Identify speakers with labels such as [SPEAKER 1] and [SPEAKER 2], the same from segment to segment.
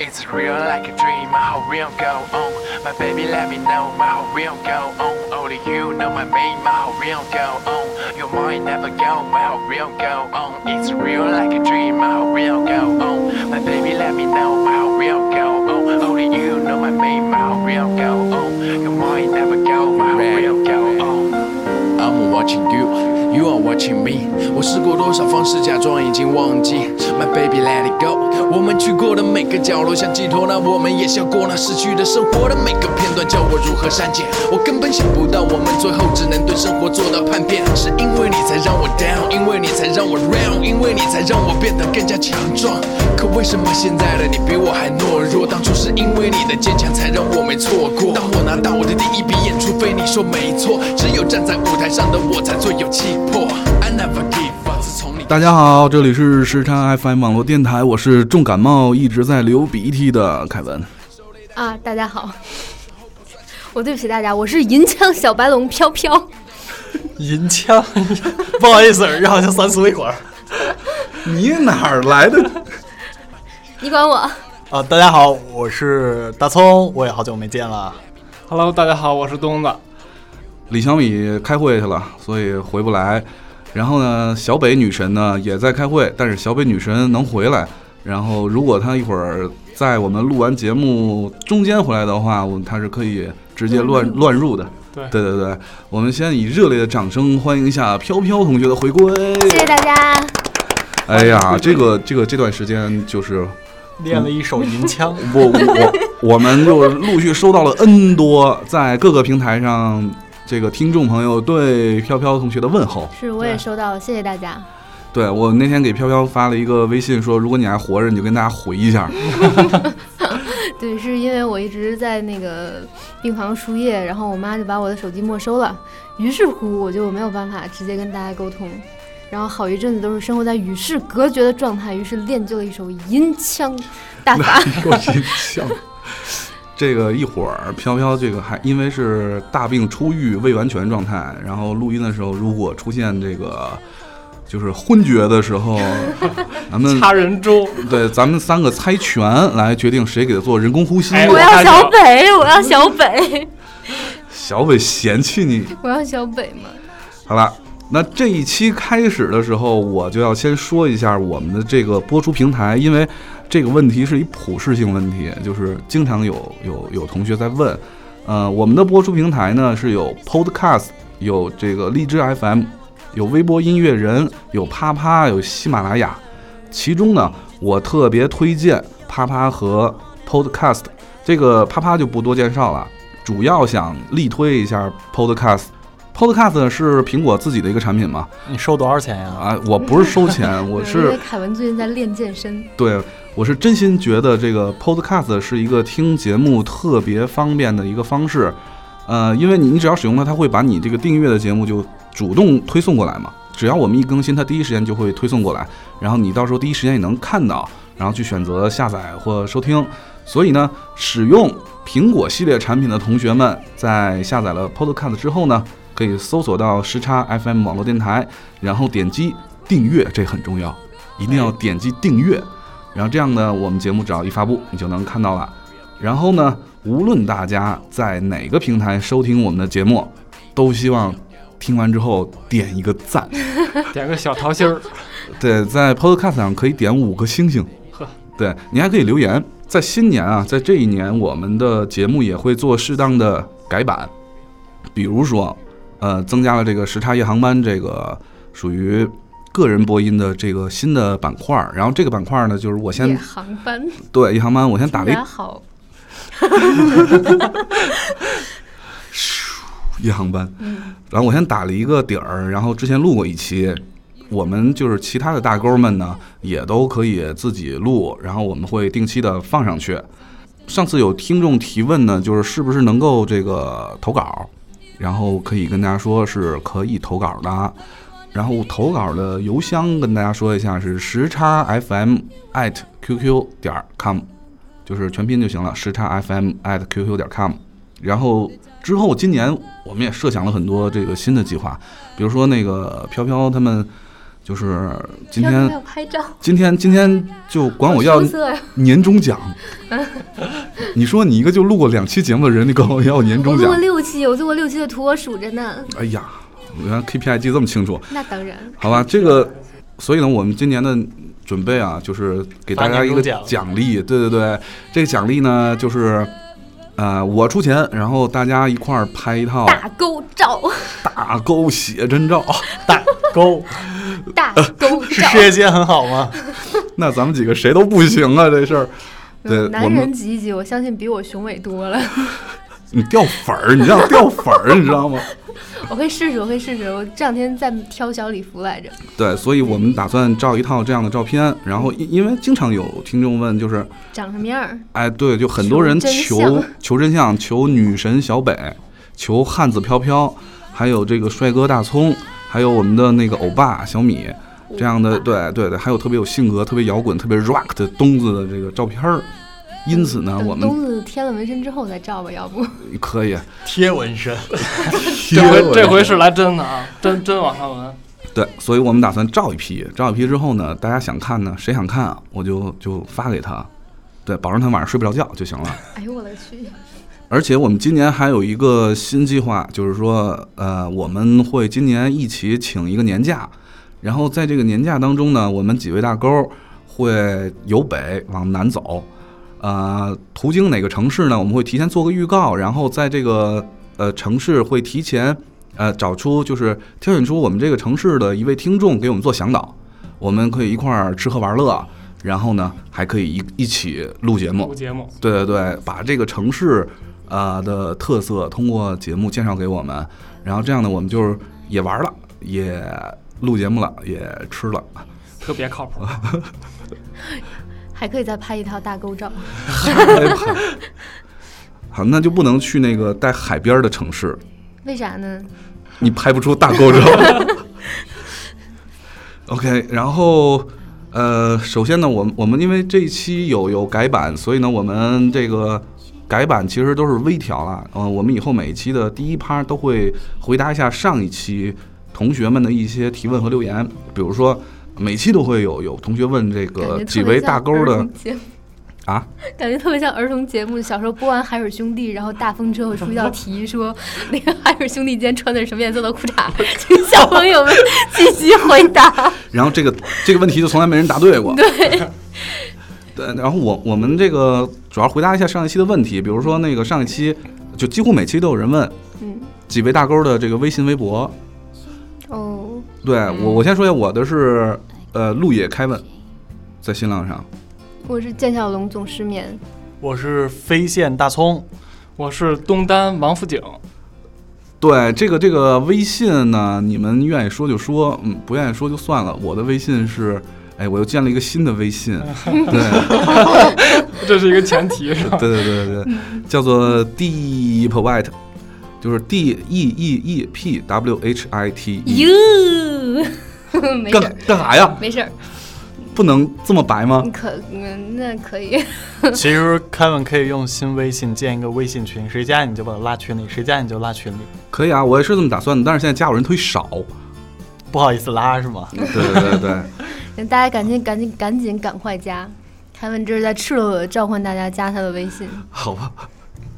[SPEAKER 1] It's real like a dream, my whole realm go on. My baby let me know, my whole realm go on. Only you know my name, my whole realm go on. Your mind never go, my whole realm go on. It's real like a dream, my whole realm go on. My baby let me know, my whole realm go on. Only you know my name, my whole realm go on. Your mind never go, my whole realm go on.
[SPEAKER 2] I'm watching you, you are watching me。我试过多少方式假装已经忘记，My baby let it go。我们去过的每个角落，想寄托那我们也笑过那逝去的生活的每个片段，教我如何删减。我根本想不到，我们最后只能对生活做到叛变。是因为你才让我 down，因为你才让我 round，因为你才让我变得更加强壮。可为什么现在的你比我还懦弱？当初是因为你的坚强，才让我没错过。当我拿到我的第一笔演出费，你说没错，只有站在舞台上的我才最有气魄。I never give up，自从你
[SPEAKER 3] 大家好，这里是时差 FM 网络电台，我是重感冒一直在流鼻涕的凯文。
[SPEAKER 4] 啊，大家好，我对不起大家，我是银枪小白龙飘飘。
[SPEAKER 5] 银枪， 不好意思，让我先三思一会儿
[SPEAKER 3] 你哪儿来的？
[SPEAKER 4] 你管我？
[SPEAKER 5] 啊！大家好，我是大葱，我也好久没见了。
[SPEAKER 6] Hello，大家好，我是东子。
[SPEAKER 3] 李小米开会去了，所以回不来。然后呢，小北女神呢也在开会，但是小北女神能回来。然后如果她一会儿在我们录完节目中间回来的话，我她是可以直接乱乱入的。
[SPEAKER 6] 对
[SPEAKER 3] 对对对，我们先以热烈的掌声欢迎一下飘飘同学的回归。
[SPEAKER 4] 谢谢大家。
[SPEAKER 3] 哎呀，这个这个这段时间就是
[SPEAKER 5] 练了一手银枪，
[SPEAKER 4] 嗯
[SPEAKER 3] 我我 我们就陆续收到了 N 多在各个平台上这个听众朋友对飘飘同学的问候。
[SPEAKER 4] 是，我也收到了，谢谢大家。
[SPEAKER 3] 对我那天给飘飘发了一个微信说，如果你还活着，你就跟大家回一下。
[SPEAKER 4] 对，是因为我一直在那个病房输液，然后我妈就把我的手机没收了，于是乎我就没有办法直接跟大家沟通，然后好一阵子都是生活在与世隔绝的状态，于是练就了一手银枪大法。
[SPEAKER 3] 我真笑。这个一会儿飘飘这个还因为是大病初愈未完全状态，然后录音的时候如果出现这个就是昏厥的时候，咱们
[SPEAKER 6] 擦人中，
[SPEAKER 3] 对咱们三个猜拳来决定谁给他做人工呼吸。
[SPEAKER 6] 哎
[SPEAKER 4] 我
[SPEAKER 6] 我
[SPEAKER 4] 要
[SPEAKER 6] 看
[SPEAKER 4] 小
[SPEAKER 6] 着
[SPEAKER 4] 北，我要小北，
[SPEAKER 3] 小伟嫌弃你。
[SPEAKER 4] 我要小北嘛。
[SPEAKER 3] 好了，那这一期开始的时候，我就要先说一下我们的这个播出平台，因为这个问题是一普适性问题，就是经常有有有同学在问，呃，我们的播出平台呢是有 Podcast，有这个荔枝 FM，有微博音乐人，有啪啪，有喜马拉雅。其中呢，我特别推荐啪啪和 Podcast。这个啪啪就不多介绍了，主要想力推一下 Podcast。Podcast 呢是苹果自己的一个产品嘛？
[SPEAKER 5] 你收多少钱 呀？
[SPEAKER 3] 啊，我不是收钱，我
[SPEAKER 4] 因为
[SPEAKER 3] 是
[SPEAKER 4] 凯文最近在练健身，
[SPEAKER 3] 对我是真心觉得这个 Podcast 是一个听节目特别方便的一个方式。呃，因为你你只要使用它，它会把你这个订阅的节目就主动推送过来嘛。只要我们一更新，它第一时间就会推送过来，然后你到时候第一时间也能看到，然后去选择下载或收听。所以呢，使用苹果系列产品的同学们，在下载了 Podcast 之后呢，可以搜索到时差 FM 网络电台，然后点击订阅，这很重要，一定要点击订阅。然后这样呢，我们节目只要一发布，你就能看到了。然后呢，无论大家在哪个平台收听我们的节目，都希望听完之后点一个赞。
[SPEAKER 6] 点个小桃心儿。
[SPEAKER 3] 对，在 Podcast 上可以点五个星星
[SPEAKER 6] 呵。
[SPEAKER 3] 对你还可以留言。在新年啊，在这一年，我们的节目也会做适当的改版，比如说，呃，增加了这个时差夜航班这个属于个人播音的这个新的板块儿。然后这个板块儿呢，就是我
[SPEAKER 4] 夜
[SPEAKER 3] 先哎
[SPEAKER 4] 航班，
[SPEAKER 3] 对夜航班，我先打了一
[SPEAKER 4] 然好，
[SPEAKER 3] 夜航班。然后我先打了一个底儿，然后之前录过一期，我们就是其他的大哥们呢，也都可以自己录，然后我们会定期的放上去。上次有听众提问呢，就是是不是能够这个投稿，然后可以跟大家说是可以投稿的。然后投稿的邮箱跟大家说一下是时差 FM at qq 点 com，就是全拼就行了，时差 FM at qq 点 com。然后之后今年我们也设想了很多这个新的计划，比如说那个飘飘他们。就是今
[SPEAKER 4] 要
[SPEAKER 3] 天
[SPEAKER 4] 不要拍照？
[SPEAKER 3] 今天今天就管我要
[SPEAKER 4] 出色呀！
[SPEAKER 3] 年终 奖。你说你一个就录过两期节目的人，你管我要年
[SPEAKER 4] 我
[SPEAKER 3] 终
[SPEAKER 4] 录过
[SPEAKER 3] 奖？
[SPEAKER 4] 六期，我做过六期的图，我数着呢。
[SPEAKER 3] 哎呀，原来 KPI 记得这么清楚，
[SPEAKER 4] 那当然，
[SPEAKER 3] 好吧？这个，所以呢，我们今年的准备啊，就是给大家一个
[SPEAKER 5] 发年终奖
[SPEAKER 3] 奖励，对对对，这个奖励呢就是。呃，我出钱，然后大家一块儿拍一套
[SPEAKER 4] 大沟照，
[SPEAKER 3] 大沟写真照。
[SPEAKER 5] 代沟
[SPEAKER 4] 大沟
[SPEAKER 5] 是
[SPEAKER 4] 照，
[SPEAKER 5] 事业街很好吗？
[SPEAKER 3] 那咱们几个谁都不行啊，这事儿。对，
[SPEAKER 4] 嗯
[SPEAKER 3] 我
[SPEAKER 4] 男
[SPEAKER 3] 们
[SPEAKER 4] 人挤一挤，我相信比我雄伟多了。
[SPEAKER 3] 你掉粉儿，你让掉粉儿，你知道吗？
[SPEAKER 4] 我会试试，我会试试。我这两天在挑小礼服来着，
[SPEAKER 3] 对，所以我们打算照一套这样的照片，然后因因为经常有听众问，就是
[SPEAKER 4] 长什么样儿？
[SPEAKER 3] 哎，对，就很多人
[SPEAKER 4] 求真
[SPEAKER 3] 求
[SPEAKER 4] 相
[SPEAKER 3] 求真相，求女神小北，求汉子飘飘，还有这个帅哥大葱，还有我们的那个欧巴小米这样的，对对对，还有特别有性格、特别摇滚、特别 rock 的东子的这个照片儿。因此呢，
[SPEAKER 4] 等
[SPEAKER 3] 啊我们
[SPEAKER 4] 东子贴了纹身之后再照吧，要不？
[SPEAKER 3] 可以
[SPEAKER 5] 贴纹身，
[SPEAKER 6] 这回这回是来真的啊，真真往上纹。
[SPEAKER 3] 对，所以我们打算照一批，照一批之后呢，大家想看呢，谁想看啊我就就发给他，对，保证他晚上睡不着觉就行了。
[SPEAKER 4] 哎呦我的去！
[SPEAKER 3] 而且我们今年还有一个新计划，就是说，呃，我们会今年一起请一个年假，然后在这个年假当中呢，我们几位大勾儿会由北往南走，呃，途经哪个城市呢？我们会提前做个预告，然后在这个呃城市会提前呃找出，就是挑选出我们这个城市的一位听众给我们做向导，我们可以一块儿吃喝玩乐，然后呢还可以一一起录节目
[SPEAKER 6] 录。节目，
[SPEAKER 3] 对对对，把这个城市呃的特色通过节目介绍给我们，然后这样呢，我们就是也玩了，也录节目了，也吃了，
[SPEAKER 6] 特别靠谱。
[SPEAKER 4] 还可以再拍一套大沟照，
[SPEAKER 3] 哎呀好，那就不能去那个带海边的城市，
[SPEAKER 4] 为啥呢？
[SPEAKER 3] 你拍不出大沟照。OK，然后呃，首先呢，我们我们因为这一期有有改版，所以呢，我们这个改版其实都是微调啦。呃，我们以后每一期的第一趴都会回答一下上一期同学们的一些提问和留言，比如说每期都会有有同学问这
[SPEAKER 4] 感
[SPEAKER 3] 个
[SPEAKER 4] 觉
[SPEAKER 3] 几
[SPEAKER 4] 特
[SPEAKER 3] 位
[SPEAKER 4] 别像嗯
[SPEAKER 3] 大勾
[SPEAKER 4] 儿
[SPEAKER 3] 的
[SPEAKER 4] 童节目
[SPEAKER 3] 啊，
[SPEAKER 4] 感觉特别像儿童节目，小时候播完《海尔兄弟》，然后大风车会出一道题，说 那个海尔兄弟今天穿的是什么颜色的裤衩， 请小朋友们积极回答。
[SPEAKER 3] 然后这个这个问题就从来没人答对过。对。然后我我们这个主要回答一下上一期的问题，比如说那个上一期就几乎每期都有人问
[SPEAKER 4] 嗯，
[SPEAKER 3] 几位大勾的这个微信、微博。
[SPEAKER 4] 哦，
[SPEAKER 3] 对我我先说一下我的是呃路野开问，在新浪上，
[SPEAKER 4] 我是见小龙总失眠，
[SPEAKER 5] 我是飞线大葱，
[SPEAKER 6] 我是东单王府井，
[SPEAKER 3] 对这个这个微信呢，你们愿意说就说，嗯，不愿意说就算了。我的微信是，哎，我又建了一个新的微信，对。
[SPEAKER 6] 这是一个前提是吧？
[SPEAKER 3] 对对对对对，叫做 Deep White，就是 D E E E P W H I T E。
[SPEAKER 4] 哟， 没
[SPEAKER 3] 干
[SPEAKER 4] 事儿，
[SPEAKER 3] 干啥呀？
[SPEAKER 4] 没事儿，
[SPEAKER 3] 不能这么白吗
[SPEAKER 4] 你？可嗯那可以，
[SPEAKER 5] 其实 Kevin 可以用新微信建一个微信群，谁加你就把他拉群里，谁加你就拉群里。
[SPEAKER 3] 可以啊，我也是这么打算的，但是现在加我人忒少。
[SPEAKER 5] 不好意思拉是吗？
[SPEAKER 3] 对对对对，
[SPEAKER 4] 大家赶紧赶紧赶紧赶快加。凯文这是在赤裸裸地召唤大家加他的微信，
[SPEAKER 3] 好吧。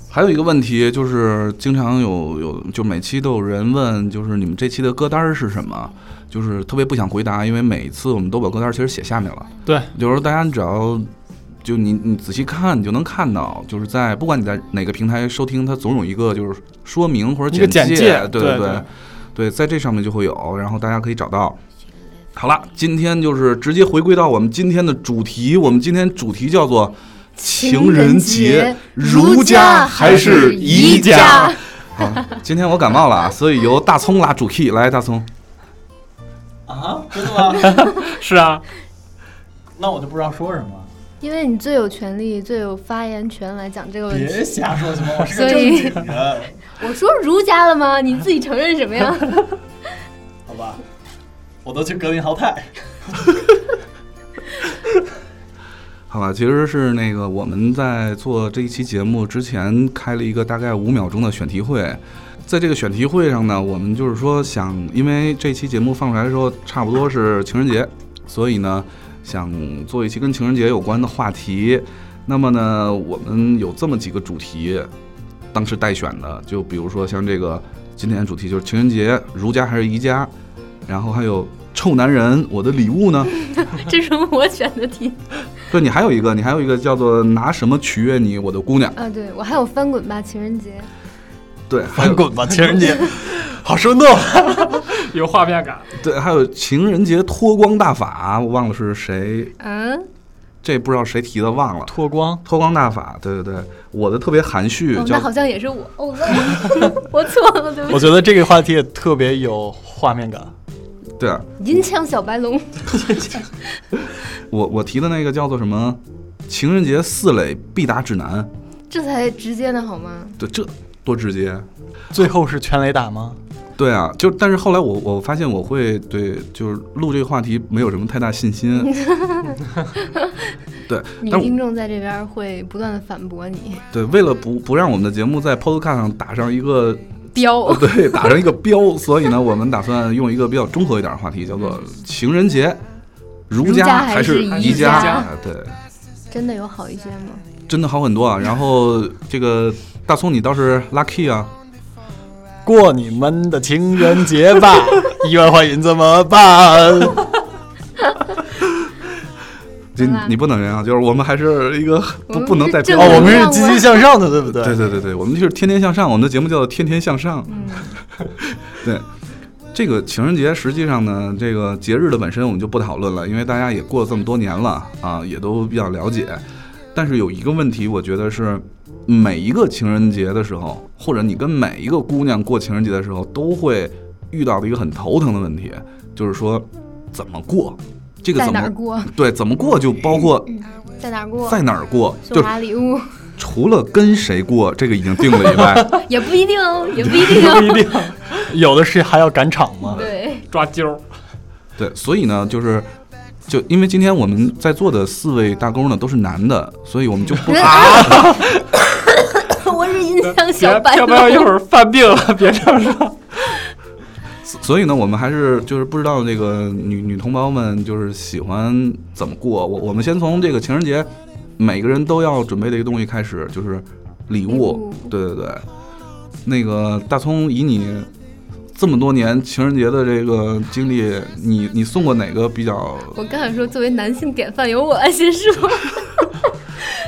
[SPEAKER 3] 还有一个问题就是，经常有有就每期都有人问，就是你们这期的歌单儿是什么？就是特别不想回答，因为每次我们都把歌单儿其实写下面了。
[SPEAKER 6] 对，
[SPEAKER 3] 有时候大家只要就你你仔细看，你就能看到，就是在不管你在哪个平台收听，它总有一个就是说明或者
[SPEAKER 6] 一个
[SPEAKER 3] 简
[SPEAKER 6] 简介
[SPEAKER 3] 对
[SPEAKER 6] 对
[SPEAKER 3] 对
[SPEAKER 6] 对
[SPEAKER 3] 对，在这上面就会有，然后大家可以找到。好了，今天就是直接回归到我们今天的主题，我们今天主题叫做情人节，儒家还是
[SPEAKER 4] 宜
[SPEAKER 3] 宜家？？ 好，今天我感冒了啊，所以由大葱拉主 key，来大葱，
[SPEAKER 5] 啊，真的吗？
[SPEAKER 6] 是啊，
[SPEAKER 5] 那我就不知道说什么，
[SPEAKER 4] 因为你最有权利、最有发言权来讲这个问题。
[SPEAKER 5] 瞎说行吗？我
[SPEAKER 4] 嗯所以
[SPEAKER 5] 人，
[SPEAKER 4] 我说儒家了吗？你自己承认什么呀？
[SPEAKER 5] 好吧？我都去格林豪泰。
[SPEAKER 3] 好吧，其实是那个我们在做这一期节目之前开了一个大概五秒钟的选题会，在这个选题会上呢，我们就是说想，因为这期节目放出来的时候差不多是情人节，所以呢，想做一期跟情人节有关的话题。那么呢，我们有这么几个主题，当时待选的，就比如说像这个今天的主题就是情人节，儒家还是宜家，然后还有臭男人，我的礼物呢？
[SPEAKER 4] 这是我选的题
[SPEAKER 3] 对你还有一个，你还有一个叫做拿什么取悦你，我的姑娘。
[SPEAKER 4] 啊！对我还有翻滚吧情人节，
[SPEAKER 3] 对，还
[SPEAKER 5] 翻
[SPEAKER 3] 有
[SPEAKER 5] 滚吧，情人 节，好生动。
[SPEAKER 6] 有画面感。
[SPEAKER 3] 对，还有情人节脱光大法，我忘了是谁，
[SPEAKER 4] 嗯，
[SPEAKER 3] 这不知道谁提的，忘了。
[SPEAKER 5] 脱光，
[SPEAKER 3] 脱光大法，对对对，我的特别含蓄，
[SPEAKER 4] 哦，
[SPEAKER 3] 叫
[SPEAKER 4] 那好像也是我，哦，那 我我错了，对不
[SPEAKER 5] 我
[SPEAKER 4] 起，
[SPEAKER 5] 觉得这个话题也特别有画面感。
[SPEAKER 3] 对啊
[SPEAKER 4] 银枪小白龙，
[SPEAKER 3] 我我提的那个叫做什么？情人节四类必答指南，
[SPEAKER 4] 这才直接呢好吗？
[SPEAKER 3] 对，这多直接。
[SPEAKER 5] 最后是全雷打吗？
[SPEAKER 3] 对啊，就但是后来我我发现我会对就是录这个话题没有什么太大信 心，对，
[SPEAKER 4] 女
[SPEAKER 3] 但
[SPEAKER 4] 听众在这边会不断的反驳你，
[SPEAKER 3] 对为了不不让我们的节目在 Podcast 上打上一个
[SPEAKER 4] 彪，
[SPEAKER 3] 哦对，打上一个标，所以呢，我们打算用一个比较综合一点的话题，叫做情人节，儒
[SPEAKER 4] 儒家
[SPEAKER 3] 家
[SPEAKER 4] 还
[SPEAKER 3] 还
[SPEAKER 4] 是
[SPEAKER 3] 宜
[SPEAKER 4] 宜
[SPEAKER 3] 家？
[SPEAKER 6] 家
[SPEAKER 3] 啊对，
[SPEAKER 4] 真的有好一些吗？
[SPEAKER 3] 真的好很多啊。然后这个大葱，你倒是 lucky 啊，
[SPEAKER 5] 过你们的情人节 吧，意外怀孕怎么 办？哦
[SPEAKER 3] 这
[SPEAKER 4] 好啦
[SPEAKER 3] 你不能这样，就是我们还是一个不
[SPEAKER 4] 我们
[SPEAKER 3] 不能
[SPEAKER 4] 是
[SPEAKER 3] 再
[SPEAKER 4] 正
[SPEAKER 3] 标
[SPEAKER 5] 哦，
[SPEAKER 4] 能
[SPEAKER 5] 我们是
[SPEAKER 4] 量
[SPEAKER 5] 积
[SPEAKER 4] 啊
[SPEAKER 5] 极向上的，对不对？
[SPEAKER 3] 对对对对，我们就是天天向上，我们的节目叫做天天向上。
[SPEAKER 4] 嗯，
[SPEAKER 3] 对，这个情人节实际上呢，这个节日的本身我们就不讨论了，因为大家也过了这么多年了啊，也都比较了解。但是有一个问题，我觉得是每一个情人节的时候，或者你跟每一个姑娘过情人节的时候，都会遇到的一个很头疼的问题，就是说怎么过，这个
[SPEAKER 4] 在
[SPEAKER 3] 怎
[SPEAKER 4] 哪儿
[SPEAKER 3] 么
[SPEAKER 4] 过，
[SPEAKER 3] 对怎么过，就包括
[SPEAKER 4] 在哪儿过，
[SPEAKER 3] 在哪儿过，
[SPEAKER 4] 送
[SPEAKER 3] 就是
[SPEAKER 4] 啥礼物
[SPEAKER 3] 除了跟谁过，这个已经定了以外，
[SPEAKER 4] 也不一 定哦，也不一定
[SPEAKER 5] 不
[SPEAKER 4] 哦，
[SPEAKER 5] 一定，有的是还要赶场嘛。
[SPEAKER 4] 对，
[SPEAKER 6] 抓阄，
[SPEAKER 3] 对，所以呢，就是就因为今天我们在座的四位大工呢都是男的，所以我们就 不啊
[SPEAKER 4] 我是银枪
[SPEAKER 6] 别
[SPEAKER 4] 小白
[SPEAKER 6] 要不要一
[SPEAKER 4] 龙，
[SPEAKER 6] 会儿犯病了？ 别这么说。
[SPEAKER 3] 所以呢，我们还是就是不知道这个女女同胞们就是喜欢怎么过。我我们先从这个情人节每个人都要准备的一个东西开始，就是礼
[SPEAKER 4] 礼
[SPEAKER 3] 物
[SPEAKER 4] 物。
[SPEAKER 3] 对对对，那个大葱，以你这么多年情人节的这个经历，你你送过哪个比较？
[SPEAKER 4] 我刚想说作为男性典范有我先说，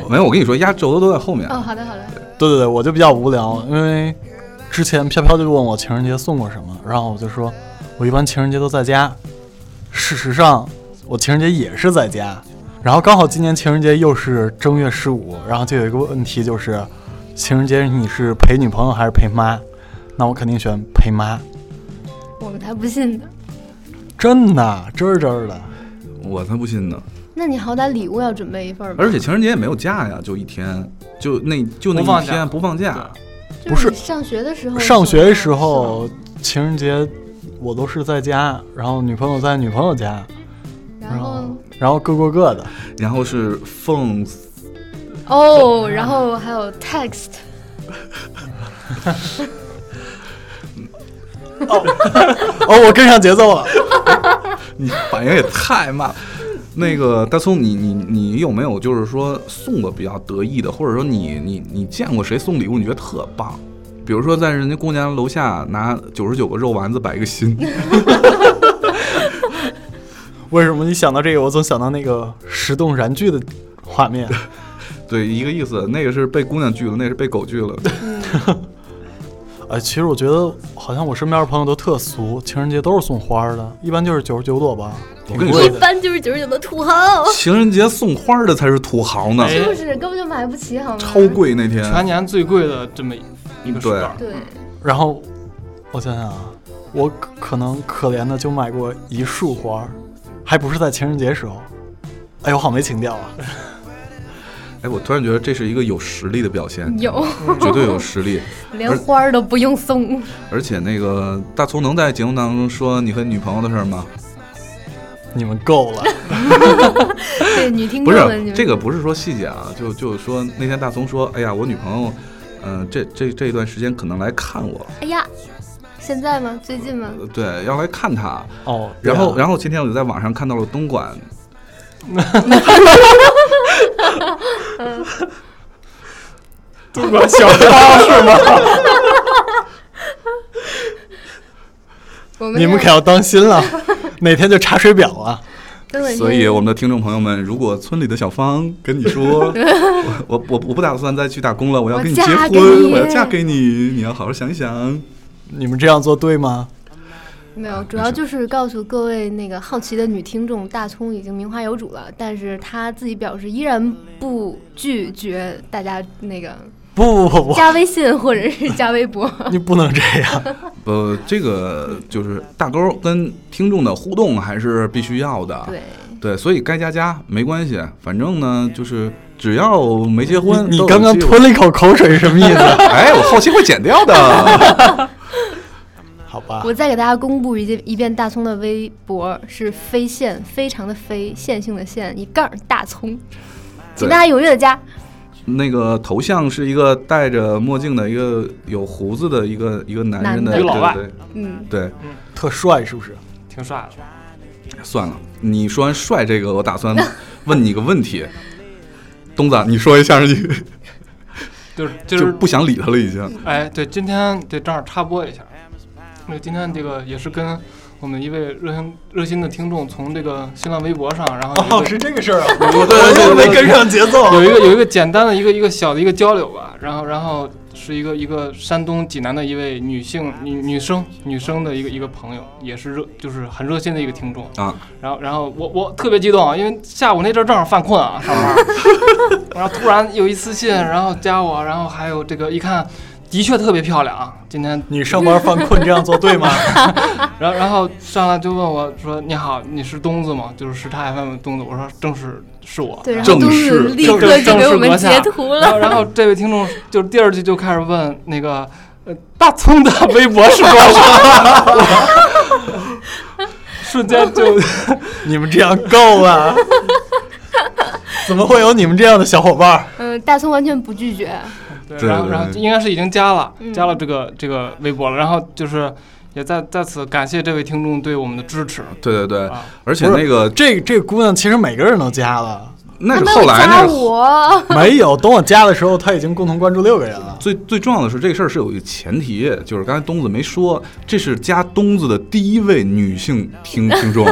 [SPEAKER 3] 没有，我跟你说，压轴的都在后面。
[SPEAKER 4] 哦，好的好的，
[SPEAKER 5] 对对对，我就比较无聊，因为之前飘飘就问我情人节送过什么，然后我就说，我一般情人节都在家。事实上，我情人节也是在家。然后刚好今年情人节又是正月十五，然后就有一个问题就是，情人节你是陪女朋友还是陪妈？那我肯定选陪妈，
[SPEAKER 4] 我们才不信呢。
[SPEAKER 5] 真的，真儿真儿的。
[SPEAKER 3] 我才不信呢。
[SPEAKER 4] 那你好歹礼物要准备一份儿吧，
[SPEAKER 3] 而且情人节也没有假呀，就一天，就那就那
[SPEAKER 6] 不放
[SPEAKER 3] 一
[SPEAKER 6] 假
[SPEAKER 3] 天不放假。
[SPEAKER 4] 就是
[SPEAKER 5] 不是
[SPEAKER 4] 你上学的时候，
[SPEAKER 5] 上学的时候，情人节我都是在家，然后女朋友在女朋友家，
[SPEAKER 4] 是吧，
[SPEAKER 3] 嗯
[SPEAKER 4] 然后
[SPEAKER 5] 然后各过各的。
[SPEAKER 3] 然后是奉
[SPEAKER 4] 哦，然后还有 text，
[SPEAKER 5] 哦，我跟上节奏了。
[SPEAKER 3] 你反应也太慢了。 那个大葱，你你你有没有就是说送过比较得意的，或者说你你你见过谁送礼物你觉得特棒？比如说在人家姑娘楼下拿九十九个肉丸子摆一个心，
[SPEAKER 5] 为什么一想到这个，我总想到那个石洞燃具的画面？
[SPEAKER 3] 对，一个意思。那个是被姑娘拒了，那个是被狗拒了。
[SPEAKER 5] 呃，其实我觉得好像我身边的朋友都特俗，情人节都是送花儿的，一般就是九十九朵吧，挺
[SPEAKER 3] 我跟你
[SPEAKER 5] 贵
[SPEAKER 4] 一
[SPEAKER 5] 的。
[SPEAKER 4] 般就是九十九的土豪，
[SPEAKER 3] 情人节送花儿的才是土豪呢，
[SPEAKER 6] 哎
[SPEAKER 4] 就是根本就买不起好吗？
[SPEAKER 3] 超，贵那天。
[SPEAKER 6] 全年最贵的这么一个时段，
[SPEAKER 4] 对，
[SPEAKER 5] 然后我想想啊，我可可能可怜的就买过一束花儿，还不是在情人节时候。哎呦，好没情调啊！
[SPEAKER 3] 哎，我突然觉得这是一个有实力的表现，
[SPEAKER 4] 有
[SPEAKER 3] 嗯绝对有实力。
[SPEAKER 4] 连花儿都不用送，
[SPEAKER 3] 而且那个大葱能在节目当中说你和女朋友的事儿吗？
[SPEAKER 5] 你们够了，
[SPEAKER 4] 对女听
[SPEAKER 3] 不
[SPEAKER 4] 众们，你
[SPEAKER 3] 是，
[SPEAKER 4] 们
[SPEAKER 3] 这个不是说细节啊，就就说那天大葱说，哎呀，我女朋友，嗯，这这这一段时间可能来看我，
[SPEAKER 4] 哎呀，现在吗？最近吗？
[SPEAKER 3] 呃对，要来看他。
[SPEAKER 5] 哦，
[SPEAKER 3] 然后，
[SPEAKER 5] 对啊
[SPEAKER 3] 然后今天我就在网上看到了东莞，
[SPEAKER 6] 东莞小 康是吗？
[SPEAKER 4] 我们
[SPEAKER 5] 你们可要当心了，哪天就查水表啊了。
[SPEAKER 4] 根本
[SPEAKER 3] 所以我们的听众朋友们，如果村里的小芳跟你说，我我我我不打算再去打工了，我要
[SPEAKER 4] 我
[SPEAKER 3] 跟你
[SPEAKER 4] 嫁
[SPEAKER 3] 结婚
[SPEAKER 4] 给你，
[SPEAKER 3] 我要嫁给你，你要好好想一想。
[SPEAKER 5] 你们这样做对吗？
[SPEAKER 4] 没有，主要就是告诉各位那个好奇的女听众，大葱已经名花有主了，但是她自己表示依然不拒绝大家那个
[SPEAKER 5] 不不 不，
[SPEAKER 4] 加微信或者是加 微博。
[SPEAKER 5] 你不能这样。
[SPEAKER 3] 呃，这个就是大钩跟听众的互动还是必须要的。
[SPEAKER 4] 对，
[SPEAKER 3] 对，所以该加加没关系，反正呢就是只要没结婚，
[SPEAKER 5] 你
[SPEAKER 3] 都有
[SPEAKER 5] 刚刚
[SPEAKER 3] 机会
[SPEAKER 5] 吞了一口口水是什么意思？
[SPEAKER 3] 哎，我后期会剪掉 的。
[SPEAKER 5] 好吧，
[SPEAKER 4] 我再给大家公布一遍一遍大葱的微博是飞线，非常的飞，线性的线，一杠大葱，
[SPEAKER 3] 对
[SPEAKER 4] 请大家踊跃的加。
[SPEAKER 3] 那个头像是一个戴着墨镜的一个有胡子的一个一个男人的，
[SPEAKER 4] 男的
[SPEAKER 3] 对
[SPEAKER 4] 一
[SPEAKER 6] 老外
[SPEAKER 3] 对
[SPEAKER 4] 嗯，
[SPEAKER 3] 对
[SPEAKER 5] 特帅是不 是？
[SPEAKER 6] 挺帅的。
[SPEAKER 3] 对，算了，你说完帅这个，我打 算问你一个问题，东子，你说一下，你
[SPEAKER 6] 就是就
[SPEAKER 3] 就是不想理他了，已经。
[SPEAKER 6] 哎，对，今天得正好插播一下，那今天这个也是跟我们一位热心热心的听众从这个新浪微博上，然后有一个
[SPEAKER 5] 这个事儿啊，
[SPEAKER 3] 我
[SPEAKER 5] 我又没跟上节奏。 啊
[SPEAKER 6] 有一个有一个简单的一个一个小的一个交流吧，然后然后是一个一个山东济南的一位女性女女生女生的一个一个朋友，也是热就是很热心的一个听众
[SPEAKER 3] 啊。
[SPEAKER 6] 然后然后我我特别激动啊，因为下午那阵儿正好犯困啊，上班儿，然后突然有一私信，然后加我，然后还有这个一看，的确特别漂亮啊，今天
[SPEAKER 5] 你上班犯困这样做对吗？
[SPEAKER 6] 然后然后上来就问我说：“你好，你是东子吗？就是时差 FM 的东子。”我说：“正是，是我。”
[SPEAKER 4] 对，然后
[SPEAKER 3] 正
[SPEAKER 4] 东子
[SPEAKER 3] 式
[SPEAKER 4] 立
[SPEAKER 6] 正
[SPEAKER 4] 刻
[SPEAKER 6] 正
[SPEAKER 4] 就给
[SPEAKER 6] 式
[SPEAKER 4] 我们
[SPEAKER 6] 阁下
[SPEAKER 4] 截图
[SPEAKER 6] 然
[SPEAKER 4] 了。
[SPEAKER 6] 后，然后这位听众就是第二句就开始问那个呃大葱的微博是多少， 瞬间 就
[SPEAKER 5] 你们这样够了。怎么会有你们这样的小伙伴儿？
[SPEAKER 4] 嗯，大葱完全不拒绝。
[SPEAKER 6] 对，
[SPEAKER 3] 对
[SPEAKER 6] 然后
[SPEAKER 3] 对
[SPEAKER 6] 然后
[SPEAKER 3] 对
[SPEAKER 6] 应该是已经加了
[SPEAKER 4] 嗯
[SPEAKER 6] 加了这个这个微博了，然后就是也在在此感谢这位听众对我们的支持
[SPEAKER 3] 对对对
[SPEAKER 6] 啊，
[SPEAKER 3] 而且
[SPEAKER 5] 不是
[SPEAKER 3] 那个
[SPEAKER 5] 这这姑娘其实每个人都加了，
[SPEAKER 3] 那
[SPEAKER 4] 他
[SPEAKER 3] 是
[SPEAKER 4] 没
[SPEAKER 3] 后
[SPEAKER 4] 有
[SPEAKER 3] 来
[SPEAKER 4] 加
[SPEAKER 3] 那是
[SPEAKER 4] 我，
[SPEAKER 5] 没有。等我加的时候，她已经共同关注六个人了。
[SPEAKER 3] 最最重要的是这个事儿是有一个前提，就是刚才东子没说，这是加东子的第一位女性听听 众，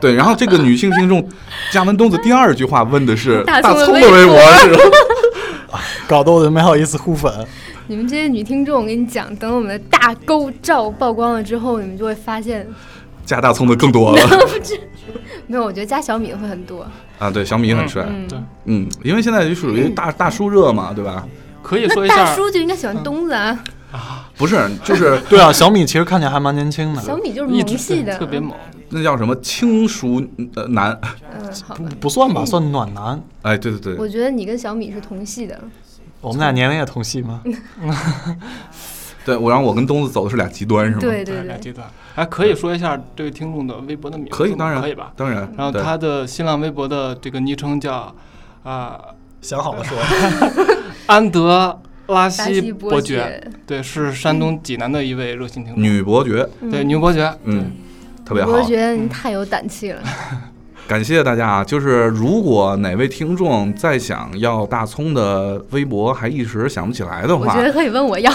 [SPEAKER 3] 对，然后这个女性听众加完东子第二句话问的是
[SPEAKER 4] 大
[SPEAKER 3] 大
[SPEAKER 4] 葱
[SPEAKER 3] 葱
[SPEAKER 4] 的微
[SPEAKER 3] 微博是吧？
[SPEAKER 5] 搞得我都没好意思互粉。
[SPEAKER 4] 你们这些女听众，我跟你讲，等我们的大沟照曝光了之后，你们就会发现，
[SPEAKER 3] 加大葱的更多了
[SPEAKER 4] 没有，我觉得加小米会很多。
[SPEAKER 3] 啊，对，小米也很帅，
[SPEAKER 4] 嗯，
[SPEAKER 6] 对
[SPEAKER 3] 嗯，因为现在就属于大大叔热嘛，对吧？
[SPEAKER 6] 可以说
[SPEAKER 4] 那
[SPEAKER 6] 一下嗯
[SPEAKER 4] 大，叔就应该喜欢东子啊，
[SPEAKER 3] 不是， 就是
[SPEAKER 5] 对啊，小米其实看起来还蛮年轻的。
[SPEAKER 4] 小米就是
[SPEAKER 6] 一
[SPEAKER 4] 萌
[SPEAKER 6] 直
[SPEAKER 4] 系的，
[SPEAKER 6] 嗯特别猛，
[SPEAKER 3] 那叫什么轻熟呃男，
[SPEAKER 4] 嗯，好吧
[SPEAKER 5] 不。不算吧，算暖男。
[SPEAKER 3] 哎，对对对，
[SPEAKER 4] 我觉得你跟小米是同系的，
[SPEAKER 5] 我们俩年龄也同系吗？
[SPEAKER 3] 对我然后我跟东子走的是俩极端是吗？
[SPEAKER 4] 对对
[SPEAKER 6] 两
[SPEAKER 4] 对，
[SPEAKER 6] 阶段。哎，可以说一下这位听众的微博的名字吗？
[SPEAKER 3] 可以，当然
[SPEAKER 6] 可以吧。
[SPEAKER 3] 当然，
[SPEAKER 6] 然后
[SPEAKER 3] 对
[SPEAKER 6] 他的新浪微博的这个昵称叫啊、
[SPEAKER 5] 想好了说。
[SPEAKER 6] 安德拉
[SPEAKER 4] 巴
[SPEAKER 6] 西
[SPEAKER 4] 西伯
[SPEAKER 6] 爵，对，是山东济南的一位热心听众，
[SPEAKER 3] 女伯爵，
[SPEAKER 6] 对女伯爵，
[SPEAKER 3] 嗯，特别好，
[SPEAKER 4] 我觉得你太有胆气了，
[SPEAKER 6] 嗯
[SPEAKER 3] 感谢大家啊！就是如果哪位听众再想要大葱的微博，还一时想不起来的
[SPEAKER 4] 我
[SPEAKER 3] 话
[SPEAKER 4] 觉，得可以问我要。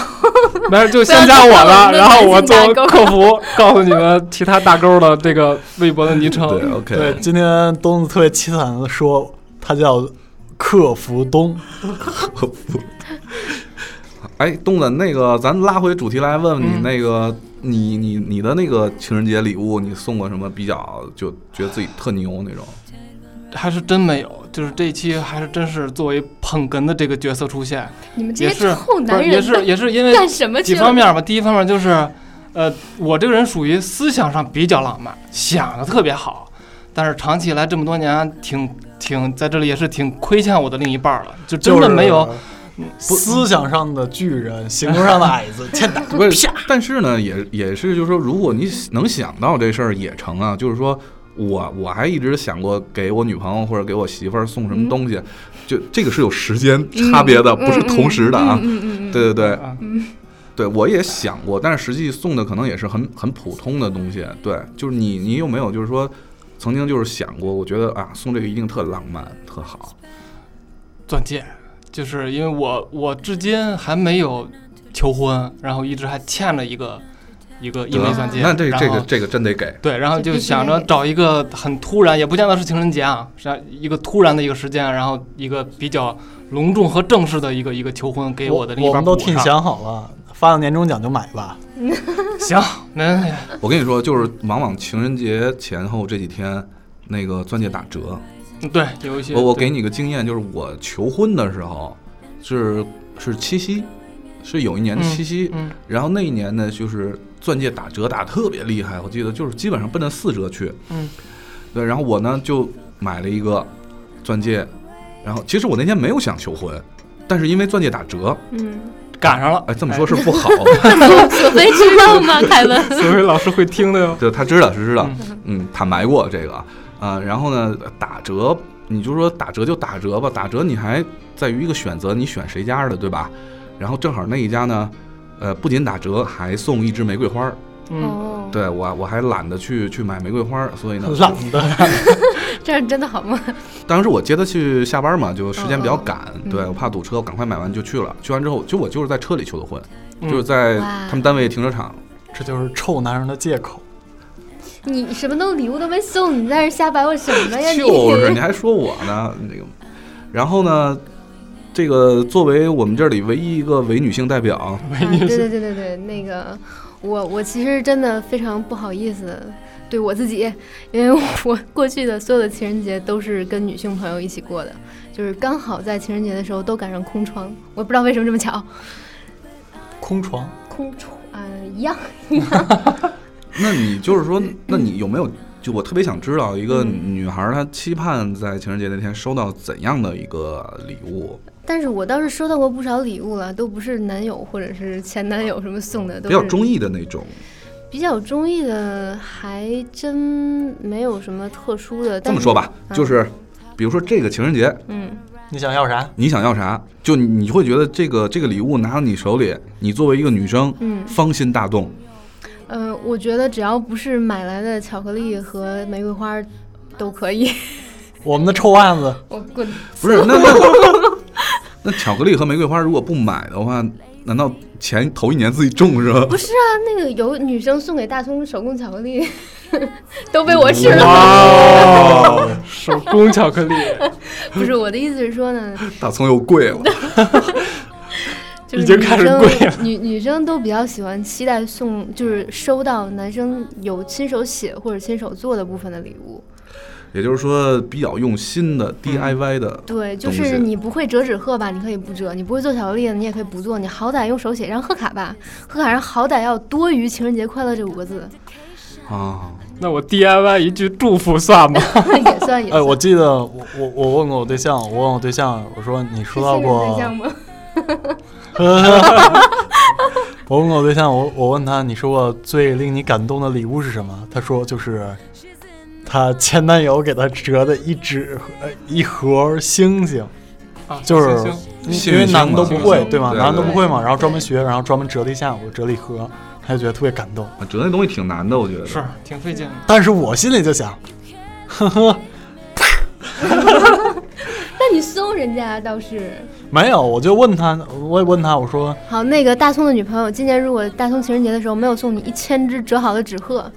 [SPEAKER 6] 没事就
[SPEAKER 4] 先
[SPEAKER 6] 先
[SPEAKER 4] 加
[SPEAKER 6] 加
[SPEAKER 4] 我
[SPEAKER 6] 我
[SPEAKER 4] 了
[SPEAKER 6] 了，
[SPEAKER 4] 然
[SPEAKER 6] 然
[SPEAKER 4] 后
[SPEAKER 6] 后
[SPEAKER 4] 我
[SPEAKER 6] 我
[SPEAKER 4] 做
[SPEAKER 6] 做客服，告诉你们其他大勾的这个微博的昵称
[SPEAKER 3] 对。，OK，
[SPEAKER 5] 对， 今天东子特别凄惨的说，他叫克服东。
[SPEAKER 3] 哎，东子，那个咱拉回主题来，问问
[SPEAKER 4] 嗯
[SPEAKER 3] 你那个、你你你的那个情人节礼物，你送过什么比较就觉得自己特牛那种？
[SPEAKER 6] 还是真没有，就是这一期还是真是作为捧哏的这个角色出现，
[SPEAKER 4] 你们这
[SPEAKER 6] 也
[SPEAKER 4] 些
[SPEAKER 6] 是
[SPEAKER 4] 臭
[SPEAKER 6] 不是
[SPEAKER 4] 男
[SPEAKER 6] 也
[SPEAKER 4] 人
[SPEAKER 6] 是也是因为
[SPEAKER 4] 干什么
[SPEAKER 6] 几
[SPEAKER 4] 去
[SPEAKER 6] 方
[SPEAKER 4] 了？
[SPEAKER 6] 面吧。第一方面就是，呃，我这个人属于思想上比较浪漫，想的特别好，但是长期以来这么多年，挺挺在这里也是挺亏欠我的另一半了，就真的没
[SPEAKER 5] 啊
[SPEAKER 6] 有。
[SPEAKER 5] 就是思想上的巨人，行动上的矮 子，欠打。
[SPEAKER 3] 不是，但是呢，也也是，就是说，如果你能想到这事儿也成啊，就是说，我我还一直想过给我女朋友或者给我媳妇儿送什么东西，就这个是有时间差别的，不是同时的啊。对对对，
[SPEAKER 6] 啊
[SPEAKER 3] 对我也想过，但是实际送的可能也是很很普通的东西。对，就是你你有没有就是说曾经就是想过，我觉得啊送这个一定特浪漫特好。
[SPEAKER 6] 钻戒，就是因为我我至今还没有求婚，然后一直还欠了一个一个一枚钻戒，
[SPEAKER 3] 那这这
[SPEAKER 6] 然
[SPEAKER 3] 个
[SPEAKER 6] 后
[SPEAKER 3] 这个真得给。
[SPEAKER 6] 对，然后
[SPEAKER 4] 这
[SPEAKER 6] 就
[SPEAKER 4] 必须
[SPEAKER 6] 想
[SPEAKER 4] 得
[SPEAKER 6] 着找一个很突然，也不见得是情人节啊，是啊一个突然的一个时间，然后一个比较隆重和正式的一个一个求婚给我的另一
[SPEAKER 5] 我
[SPEAKER 6] 半
[SPEAKER 5] 们
[SPEAKER 6] 补
[SPEAKER 5] 都
[SPEAKER 6] 上。
[SPEAKER 5] 替你想好了，发到年终奖就买吧。
[SPEAKER 6] 行，没问题。
[SPEAKER 3] 我跟你说，就是往往情人节前后这几天，那个钻戒打折。
[SPEAKER 6] 嗯对，有一些
[SPEAKER 3] 我我
[SPEAKER 6] 对
[SPEAKER 3] 给你个经验，就是我求婚的时候是是七夕，是有一年的七夕，
[SPEAKER 6] 嗯
[SPEAKER 3] 然后那一年呢，就是钻戒打折打得特别厉害，我记得就是基本上奔着四折去。
[SPEAKER 6] 嗯，
[SPEAKER 3] 对，然后我呢就买了一个钻戒，然后其实我那天没有想求婚，但是因为钻戒打折，
[SPEAKER 4] 嗯，
[SPEAKER 6] 赶上了。
[SPEAKER 3] 哎，这么说是
[SPEAKER 6] 哎
[SPEAKER 3] 不好，
[SPEAKER 4] 索菲知道吗，凯文？
[SPEAKER 6] 所以老师会听的哟。
[SPEAKER 3] 对，他知道是知道，嗯，坦白过这个啊、然后呢，打折，你就说打折就打折吧，打折你还在于一个选择，你选谁家的，对吧？然后正好那一家呢，呃，不仅打折，还送一支玫瑰花儿。
[SPEAKER 6] 嗯，
[SPEAKER 4] 哦，
[SPEAKER 3] 对我我还懒得去去买玫瑰花儿，所以呢，
[SPEAKER 5] 懒得，
[SPEAKER 4] 这样真的好吗？
[SPEAKER 3] 当时我接她去下班嘛，就时间比较赶，
[SPEAKER 4] 嗯
[SPEAKER 3] 对我怕堵车，我赶快买完就去了。去完之后，就我就是在车里求的婚，
[SPEAKER 6] 嗯
[SPEAKER 3] 就是在
[SPEAKER 4] 哇
[SPEAKER 3] 他们单位停车场。
[SPEAKER 5] 这就是臭男人的借口。
[SPEAKER 4] 你什么都礼物都没送，你在这瞎白活什么哎呀？你
[SPEAKER 3] 就是你还说我呢，那个，然后呢，这个作为我们这里唯一一个伪女性代表，
[SPEAKER 4] 啊对对对对对，那个我我其实真的非常不好意思对我自己，因为我 过去的所有的情人节都是跟女性朋友一起过的，就是刚好在情人节的时候都赶上空窗，我也不知道为什么这么巧，
[SPEAKER 5] 空床，
[SPEAKER 4] 空窗啊、一样，
[SPEAKER 3] 那你就是说，
[SPEAKER 4] 嗯
[SPEAKER 3] 那你有没有？就我特别想知道，一个女孩她期盼在情人节那天收到怎样的一个礼物？
[SPEAKER 4] 但是我倒是收到过不少礼物了，都不是男友或者是前男友什么送的，都
[SPEAKER 3] 比较
[SPEAKER 4] 是
[SPEAKER 3] 中意的那种，
[SPEAKER 4] 比较中意的还真没有什么特殊的。
[SPEAKER 3] 这
[SPEAKER 4] 但
[SPEAKER 3] 么
[SPEAKER 4] 是
[SPEAKER 3] 说吧，
[SPEAKER 4] 嗯
[SPEAKER 3] 就是比如说这个情人节，
[SPEAKER 4] 嗯，
[SPEAKER 5] 你想要啥？
[SPEAKER 3] 你想要啥，就你你会觉得这个这个礼物拿到你手里，你作为一个女生，
[SPEAKER 4] 嗯
[SPEAKER 3] 芳心大动。
[SPEAKER 4] 呃，我觉得只要不是买来的巧克力和玫瑰花儿都可以。
[SPEAKER 5] 我们的臭袜子，
[SPEAKER 4] 我滚！
[SPEAKER 3] 不是，那那那巧克力和玫瑰花如果不买的话，难道前头一年自己种是吧？
[SPEAKER 4] 不是啊，那个有女生送给大葱手工巧克 力，都被我吃了。
[SPEAKER 6] 哦
[SPEAKER 3] 哦
[SPEAKER 6] 哇，手工巧克力，
[SPEAKER 4] 不是我的意思是说呢，
[SPEAKER 3] 大葱又贵了，
[SPEAKER 4] 就是
[SPEAKER 6] 已经
[SPEAKER 4] 女
[SPEAKER 6] 开始
[SPEAKER 4] 生
[SPEAKER 6] 贵了
[SPEAKER 4] 女女生都比较喜欢期待送，就是收到男生有亲手写或者亲手做的部分的礼物。
[SPEAKER 3] 也就是说比较用心
[SPEAKER 6] 嗯
[SPEAKER 3] 的 DIY 的。
[SPEAKER 4] 对，就
[SPEAKER 3] 东西
[SPEAKER 4] 是你不会折纸鹤吧？你可以不折，你不会做巧克力，你也可以不做，你好歹用手写张贺卡吧，贺卡上好歹要多于“情人节快乐”这五个字，
[SPEAKER 3] 啊，
[SPEAKER 6] 那我 DIY 一句祝福算 吗？
[SPEAKER 4] 也算也
[SPEAKER 5] 哎，
[SPEAKER 4] 算。
[SPEAKER 5] 我记得我我我问过我对象，我问我对象，我说你收到
[SPEAKER 4] 是
[SPEAKER 5] 过
[SPEAKER 4] 对？象吗？
[SPEAKER 5] 我问过我对象，我我问他，你收过最令你感动的礼物是什么？他说就是他前男友给他折的一纸呃一盒星星，
[SPEAKER 6] 啊，
[SPEAKER 5] 就是
[SPEAKER 6] 行行
[SPEAKER 5] 因
[SPEAKER 3] 幸
[SPEAKER 5] 因为
[SPEAKER 3] 运星
[SPEAKER 5] 男的都
[SPEAKER 3] 嘛
[SPEAKER 5] 不
[SPEAKER 6] 幸运
[SPEAKER 5] 会
[SPEAKER 6] 星
[SPEAKER 5] 对吗？
[SPEAKER 3] 对
[SPEAKER 5] 男的都
[SPEAKER 3] 对
[SPEAKER 5] 不会嘛，
[SPEAKER 4] 对
[SPEAKER 5] 然后专门学，然后专门折了一下午，折了一盒，他就觉得特别感动。
[SPEAKER 3] 啊折那东西挺难的，我觉得
[SPEAKER 6] 是挺费 劲的。
[SPEAKER 5] 但是我心里就想，呵呵，
[SPEAKER 4] 那你送人家倒是
[SPEAKER 5] 没有，我就问他，我也问他，我说
[SPEAKER 4] 好。那个大葱的女朋友，今年如果大葱情人节的时候没有送你一千只折好的纸鹤，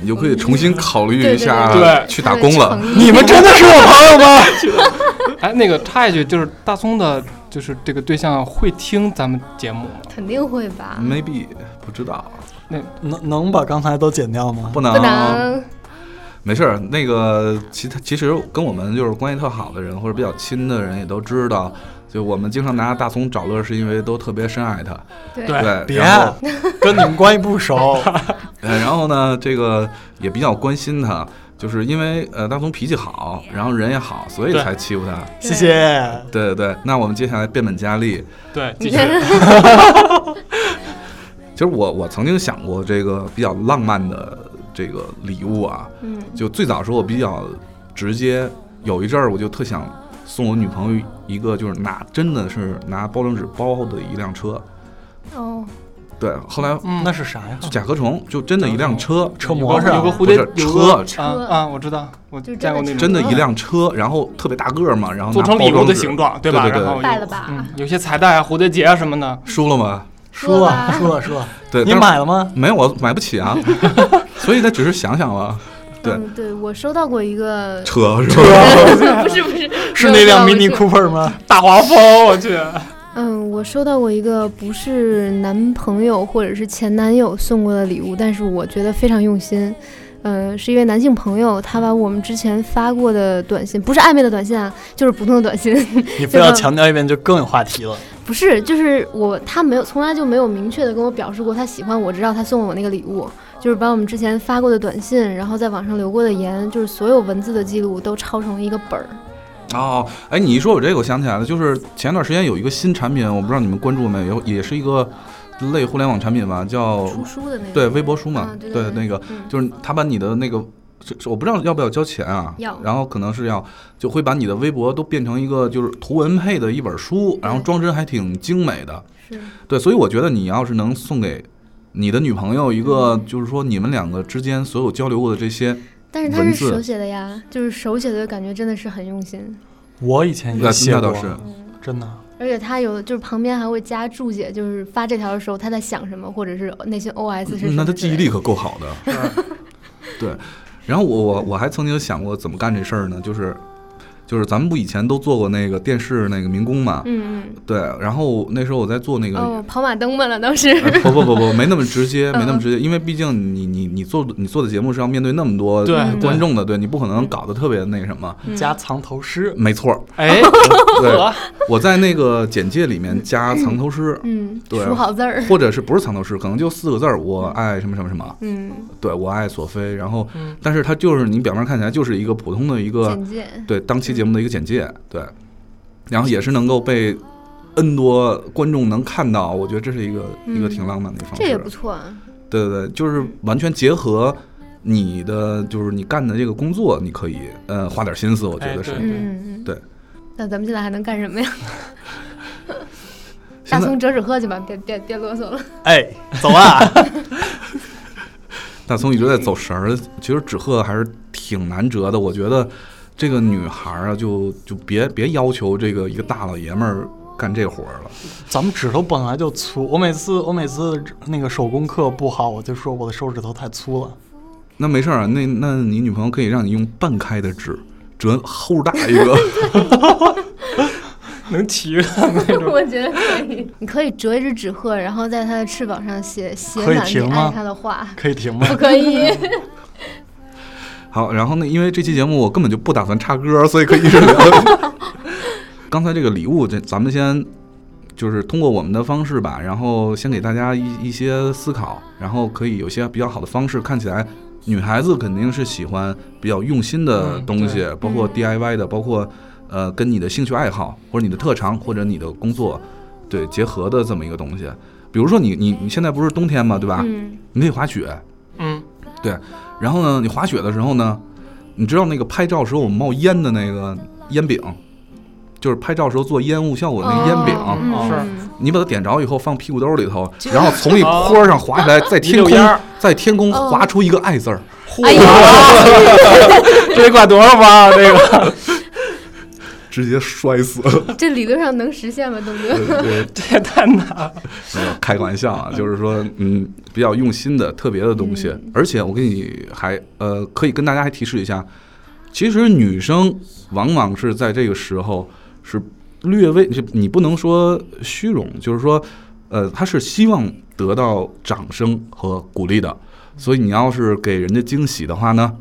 [SPEAKER 3] 你就可以重新考虑一下
[SPEAKER 6] 对对对对
[SPEAKER 3] 去打工了。
[SPEAKER 5] 你们真的是我朋友 吗？
[SPEAKER 6] 哎，那个插一句，就是大葱的，就是这个对象会听咱们节目吗？
[SPEAKER 4] 肯定会吧？
[SPEAKER 3] Maybe 不知道，
[SPEAKER 5] 能能把刚才都剪掉吗？
[SPEAKER 3] 不
[SPEAKER 4] 不
[SPEAKER 3] 能，
[SPEAKER 4] 能，
[SPEAKER 3] 没事儿。那个其他其实跟我们就是关系特好的人或者比较亲的人也都知道，就我们经常拿大葱找乐，是因为都特别深爱他。
[SPEAKER 4] 对
[SPEAKER 6] 对
[SPEAKER 3] 对，
[SPEAKER 5] 别
[SPEAKER 3] 然后，
[SPEAKER 5] 跟你们关系不熟，
[SPEAKER 3] 呃， 然后呢，这个也比较关心他，就是因为呃，大葱脾气好，然后人也好，所以
[SPEAKER 6] 对
[SPEAKER 3] 才欺负他。
[SPEAKER 5] 谢谢。
[SPEAKER 3] 对对对，那我们接下来变本加厉。
[SPEAKER 6] 对，继
[SPEAKER 4] 你
[SPEAKER 6] 续。
[SPEAKER 3] 其实我我曾经想过这个比较浪漫的这这个礼物啊，
[SPEAKER 4] 嗯
[SPEAKER 3] 就最早时候我比较直接，有一阵儿我就特想送我女朋友一个，就是拿真的是拿包装纸包的一辆车。
[SPEAKER 4] 哦，
[SPEAKER 3] 对，后来
[SPEAKER 6] 嗯，
[SPEAKER 5] 那是啥呀
[SPEAKER 3] 就？甲壳虫，就真的一辆车，
[SPEAKER 5] 车
[SPEAKER 6] 有
[SPEAKER 5] 模
[SPEAKER 6] 个
[SPEAKER 5] 是吧
[SPEAKER 6] 有个
[SPEAKER 3] 啊不
[SPEAKER 6] 蝴
[SPEAKER 3] 是
[SPEAKER 6] 蝶
[SPEAKER 3] 车，
[SPEAKER 6] 啊啊，我知道，我
[SPEAKER 4] 就
[SPEAKER 6] 见过那种啊
[SPEAKER 3] 真的一辆车，然后特别大个儿嘛，然后
[SPEAKER 6] 做
[SPEAKER 3] 拿
[SPEAKER 6] 成
[SPEAKER 3] 包
[SPEAKER 6] 礼物
[SPEAKER 3] 装
[SPEAKER 6] 的
[SPEAKER 3] 纸
[SPEAKER 6] 形状，对
[SPEAKER 3] 对
[SPEAKER 6] 吧？
[SPEAKER 3] 对对
[SPEAKER 6] 然后有
[SPEAKER 4] 败了吧？
[SPEAKER 6] 嗯，有些彩带啊、蝴蝶结啊什么的，
[SPEAKER 3] 输了吗？
[SPEAKER 5] 输了，输了，输了。
[SPEAKER 3] 对，
[SPEAKER 5] 你
[SPEAKER 3] 但是
[SPEAKER 5] 买了吗？
[SPEAKER 3] 没有？我买不起 啊，所以他只是想想了。对
[SPEAKER 4] 嗯，对我收到过一个，
[SPEAKER 3] 车 是吧？
[SPEAKER 4] 不是不是，
[SPEAKER 5] 是
[SPEAKER 4] 没
[SPEAKER 5] 那
[SPEAKER 4] 有收
[SPEAKER 5] 辆
[SPEAKER 4] 到过这
[SPEAKER 5] Mini
[SPEAKER 4] 个
[SPEAKER 5] Cooper 吗？
[SPEAKER 6] 大黄蜂，我去，
[SPEAKER 4] 嗯，我收到过一个不是男朋友或者是前男友送过的礼物，但是我觉得非常用心。嗯、是一位男性朋友，他把我们之前发过的短信，不是暧昧的短信啊，就是普通的短信，
[SPEAKER 5] 你非要强调一遍，就更有话题了。
[SPEAKER 4] 不是，就是我他没有从来就没有明确的跟我表示过他喜欢我，直到他送我那个礼物，就是把我们之前发过的短信，然后在网上留过的言，就是所有文字的记录都抄成一个本儿。
[SPEAKER 3] 哦，哎，你一说我这个，我想起来了，就是前段时间有一个新产品，我不知道你们关注没有，也是一个类互联网产品吧，叫
[SPEAKER 4] 出书的那个，
[SPEAKER 3] 哦对微博书嘛，
[SPEAKER 4] 啊对
[SPEAKER 3] 对
[SPEAKER 4] 对对
[SPEAKER 3] 那个
[SPEAKER 4] 嗯
[SPEAKER 3] 就是他把你的那个。这这我不知道要不要交钱啊
[SPEAKER 4] 要，
[SPEAKER 3] 然后可能是要，就会把你的微博都变成一个就是图文配的一本书，然后
[SPEAKER 4] 对
[SPEAKER 3] 装帧还挺精美的，
[SPEAKER 4] 是，
[SPEAKER 3] 对，所以我觉得你要是能送给你的女朋友一个，
[SPEAKER 4] 嗯
[SPEAKER 3] 就是说你们两个之间所有交流过的这些，
[SPEAKER 4] 但是他
[SPEAKER 3] 文
[SPEAKER 4] 是
[SPEAKER 3] 字
[SPEAKER 4] 手写的呀，就是手写的感觉真的是很用心，
[SPEAKER 5] 我以前也
[SPEAKER 3] 那
[SPEAKER 5] 写
[SPEAKER 3] 那
[SPEAKER 5] 过，
[SPEAKER 3] 倒是，
[SPEAKER 4] 嗯
[SPEAKER 5] 真的。
[SPEAKER 4] 而且他有就是旁边还会加注解，就是发这条的时候他在想什么，或者是内心 OS 是什么。
[SPEAKER 3] 那他记忆力，可够好的。
[SPEAKER 4] 啊
[SPEAKER 6] 是
[SPEAKER 3] 对，然后我我我还曾经想过怎么干这事儿呢，就是就是咱们不以前都做过那个电视那个民工嘛，
[SPEAKER 4] 嗯
[SPEAKER 3] 对，然后那时候我在做那
[SPEAKER 4] 嗯，
[SPEAKER 3] 个。
[SPEAKER 4] 哦，嗯跑马灯嘛了当时。
[SPEAKER 3] 呃不不不不，没那么直接，没那么直接，因为毕竟你你你做你做的节目是要面对那么多
[SPEAKER 6] 对
[SPEAKER 4] 嗯
[SPEAKER 6] 对
[SPEAKER 3] 观众的，对你不可能搞得特别那什么。
[SPEAKER 5] 加藏头诗，
[SPEAKER 3] 没错 儿，
[SPEAKER 6] 哎，
[SPEAKER 3] 对
[SPEAKER 6] 呵，
[SPEAKER 3] 我在那个简介里面加藏头诗，
[SPEAKER 4] 嗯，
[SPEAKER 3] 对啊
[SPEAKER 4] 数好字儿，
[SPEAKER 3] 或者是不是藏头诗，可能就四个字儿，我爱什么什么什么，
[SPEAKER 4] 嗯，
[SPEAKER 3] 对我爱索菲。然后，
[SPEAKER 6] 嗯
[SPEAKER 3] 但是它就是你表面看起来就是一个普通的一个
[SPEAKER 4] 简介，嗯
[SPEAKER 3] 对啊当期节目的一个简介，对，然后也是能够被 N 多观众能看到，我觉得这是一个、一个挺浪漫的一方式。
[SPEAKER 4] 嗯这也不错啊。
[SPEAKER 3] 对对对，就是完全结合你的就是你干的这个工作，你可以呃花点心思，我觉
[SPEAKER 6] 哎
[SPEAKER 3] 得是。
[SPEAKER 6] 对
[SPEAKER 4] 嗯，嗯
[SPEAKER 3] 对。
[SPEAKER 4] 那咱们现在还能干什么呀？大
[SPEAKER 3] 现在
[SPEAKER 4] 葱折纸鹤去吧，别别别啰嗦了。
[SPEAKER 5] 哎，走啊！
[SPEAKER 3] 大葱一直在走神儿，其实纸鹤还是挺难折的，我觉得。这个女孩儿啊，就就别别要求这个一个大老爷们儿干这活儿了。
[SPEAKER 5] 咱们指头本来就粗，我每次我每次那个手工课不好，我就说我的手指头太粗了。
[SPEAKER 3] 那没事儿啊，那那你女朋友可以让你用半开的纸折齁大一个。
[SPEAKER 6] 能骑着那种，
[SPEAKER 4] 我觉得可以，你可以折一只纸鹤，然后在它的翅膀上写写
[SPEAKER 5] 可以
[SPEAKER 4] 满你
[SPEAKER 5] 停吗
[SPEAKER 4] 爱它的话，
[SPEAKER 5] 可以停吗？
[SPEAKER 4] 不可以？
[SPEAKER 3] 啊好，然后呢，因为这期节目我根本就不打算插歌，所以可以一直聊。 刚才这个礼物，这咱们先就是通过我们的方式吧，然后先给大家一一些思考，然后可以有些比较好的方式。看起来女孩子肯定是喜欢比较用心的
[SPEAKER 6] 嗯
[SPEAKER 3] 东西，包括 DIY 的，包括呃跟你的兴趣爱好或者你的特长或者你的工作对结合的这么一个东西。比如说你你你现在不是冬天嘛，对吧？
[SPEAKER 4] 嗯，
[SPEAKER 3] 你可以滑雪，
[SPEAKER 6] 嗯，
[SPEAKER 3] 然后呢，你滑雪的时候呢，你知道那个拍照时候我们冒烟的那个烟饼，就是拍照时候做烟雾效果那个烟饼，
[SPEAKER 4] 哦嗯
[SPEAKER 3] 你把它点着以后放屁股兜里头，然后从一坡上滑下来，在天
[SPEAKER 6] 一溜烟
[SPEAKER 3] 空
[SPEAKER 6] 儿
[SPEAKER 3] 在天空划出一个爱字儿，
[SPEAKER 4] 哎呀，
[SPEAKER 6] 这得管 多少包？这个
[SPEAKER 3] 直接摔死了。
[SPEAKER 4] 这理论上能实现吗，东哥？
[SPEAKER 3] 对，
[SPEAKER 6] 这也太难了，
[SPEAKER 3] 没有开个玩笑 啊，就是说，嗯，比较用心的、特别的东西。
[SPEAKER 4] 嗯
[SPEAKER 3] 而且我给你还呃，可以跟大家还提示一下，其实女生往往是在这个时候是略微，就你不能说虚荣，就是说，呃，她是希望得到掌声和鼓励的。所以你要是给人家惊喜的话呢，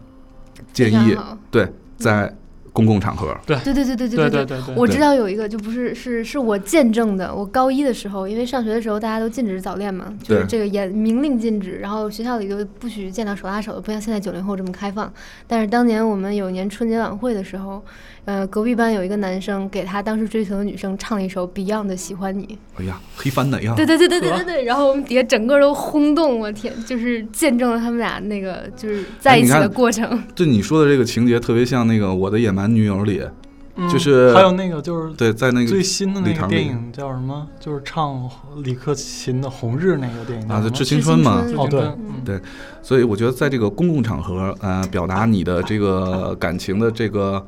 [SPEAKER 3] 建
[SPEAKER 4] 非
[SPEAKER 3] 议
[SPEAKER 4] 常好嗯
[SPEAKER 3] 对在公共场合，
[SPEAKER 4] 对对对对
[SPEAKER 6] 对
[SPEAKER 4] 对
[SPEAKER 6] 对对对
[SPEAKER 4] 我知道有一个，就不是是是我见证的。我高一的时候，因为上学的时候大家都禁止早恋嘛，就是
[SPEAKER 3] 对
[SPEAKER 4] 这个严明令禁止，然后学校里就不许见到手拉手，不像现在九零后这么开放。但是当年我们有一年春节晚会的时候，呃，隔壁班有一个男生给他当时追求的女生唱了一首 Beyond 的《喜欢你》，
[SPEAKER 3] 哎呀，黑翻哪样？
[SPEAKER 4] 对对对对对对对，然后我们底下整个都轰动，我天，就是见证了他们俩那个就是在一
[SPEAKER 3] 哎
[SPEAKER 4] 起
[SPEAKER 3] 你
[SPEAKER 4] 的
[SPEAKER 3] 看
[SPEAKER 4] 过程。
[SPEAKER 3] 对你说的这个情节特别像那个《我的野蛮女友》里，
[SPEAKER 5] 嗯
[SPEAKER 3] 就是
[SPEAKER 5] 还有那个就是
[SPEAKER 3] 对，在那个
[SPEAKER 5] 最新的那
[SPEAKER 3] 礼
[SPEAKER 5] 个
[SPEAKER 3] 堂
[SPEAKER 5] 电
[SPEAKER 3] 里
[SPEAKER 5] 影叫什么？就是唱李克勤的《红日》那个电影叫
[SPEAKER 3] 啊，就
[SPEAKER 5] 什
[SPEAKER 3] 致青
[SPEAKER 5] 么？
[SPEAKER 3] 春嘛。
[SPEAKER 4] 致
[SPEAKER 5] 哦对
[SPEAKER 6] 嗯
[SPEAKER 3] 对所以我觉得在这个公共场合，呃，表达你的这个感情的这个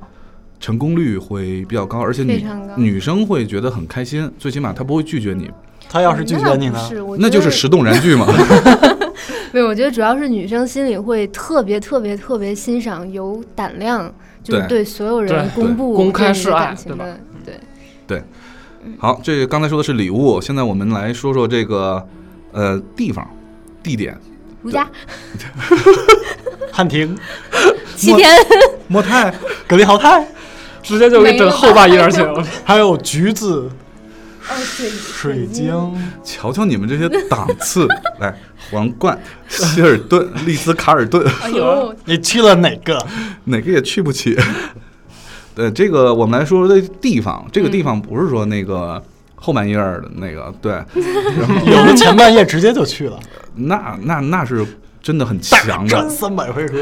[SPEAKER 3] 成功率会比较高，而且
[SPEAKER 4] 非
[SPEAKER 3] 女
[SPEAKER 4] 常高
[SPEAKER 3] 女生会觉得很开心，最起码她不会拒绝你，
[SPEAKER 5] 他要是拒绝你呢
[SPEAKER 4] 那？不是我
[SPEAKER 3] 那
[SPEAKER 4] 觉
[SPEAKER 3] 就
[SPEAKER 4] 得
[SPEAKER 3] 是石动燃 具嘛。
[SPEAKER 4] 没有，我觉得主要是女生心里会特别特别特别欣赏有胆量，就是
[SPEAKER 3] 对
[SPEAKER 4] 对所有人
[SPEAKER 6] 对
[SPEAKER 4] 公布
[SPEAKER 6] 对公开
[SPEAKER 4] 对你
[SPEAKER 6] 示
[SPEAKER 4] 的
[SPEAKER 6] 爱
[SPEAKER 4] 感情
[SPEAKER 6] 对吧
[SPEAKER 4] 的，对，
[SPEAKER 3] 好，这个刚才说的是礼物，现在我们来说说这个呃地方、地点。
[SPEAKER 4] 如家
[SPEAKER 5] 汉庭、
[SPEAKER 4] 七天，
[SPEAKER 3] 莫泰，
[SPEAKER 5] 格力豪泰，
[SPEAKER 6] 直接就给整后半夜去了。
[SPEAKER 5] 还有橘子、
[SPEAKER 4] 哦水
[SPEAKER 5] 水晶、
[SPEAKER 3] 瞧瞧你们这些档 次！来，皇冠、希尔顿、丽兹卡尔顿，
[SPEAKER 4] 哎呦，
[SPEAKER 5] 你去了哪个？
[SPEAKER 3] 哪个也去不起。 对，这个我们来说说这地方，这个地方不是说那个后半夜儿的那个，对，然后
[SPEAKER 5] 有的前半夜直接就去 了，
[SPEAKER 3] 那那那是真的很强
[SPEAKER 5] 站
[SPEAKER 3] 的。
[SPEAKER 5] 三百回合。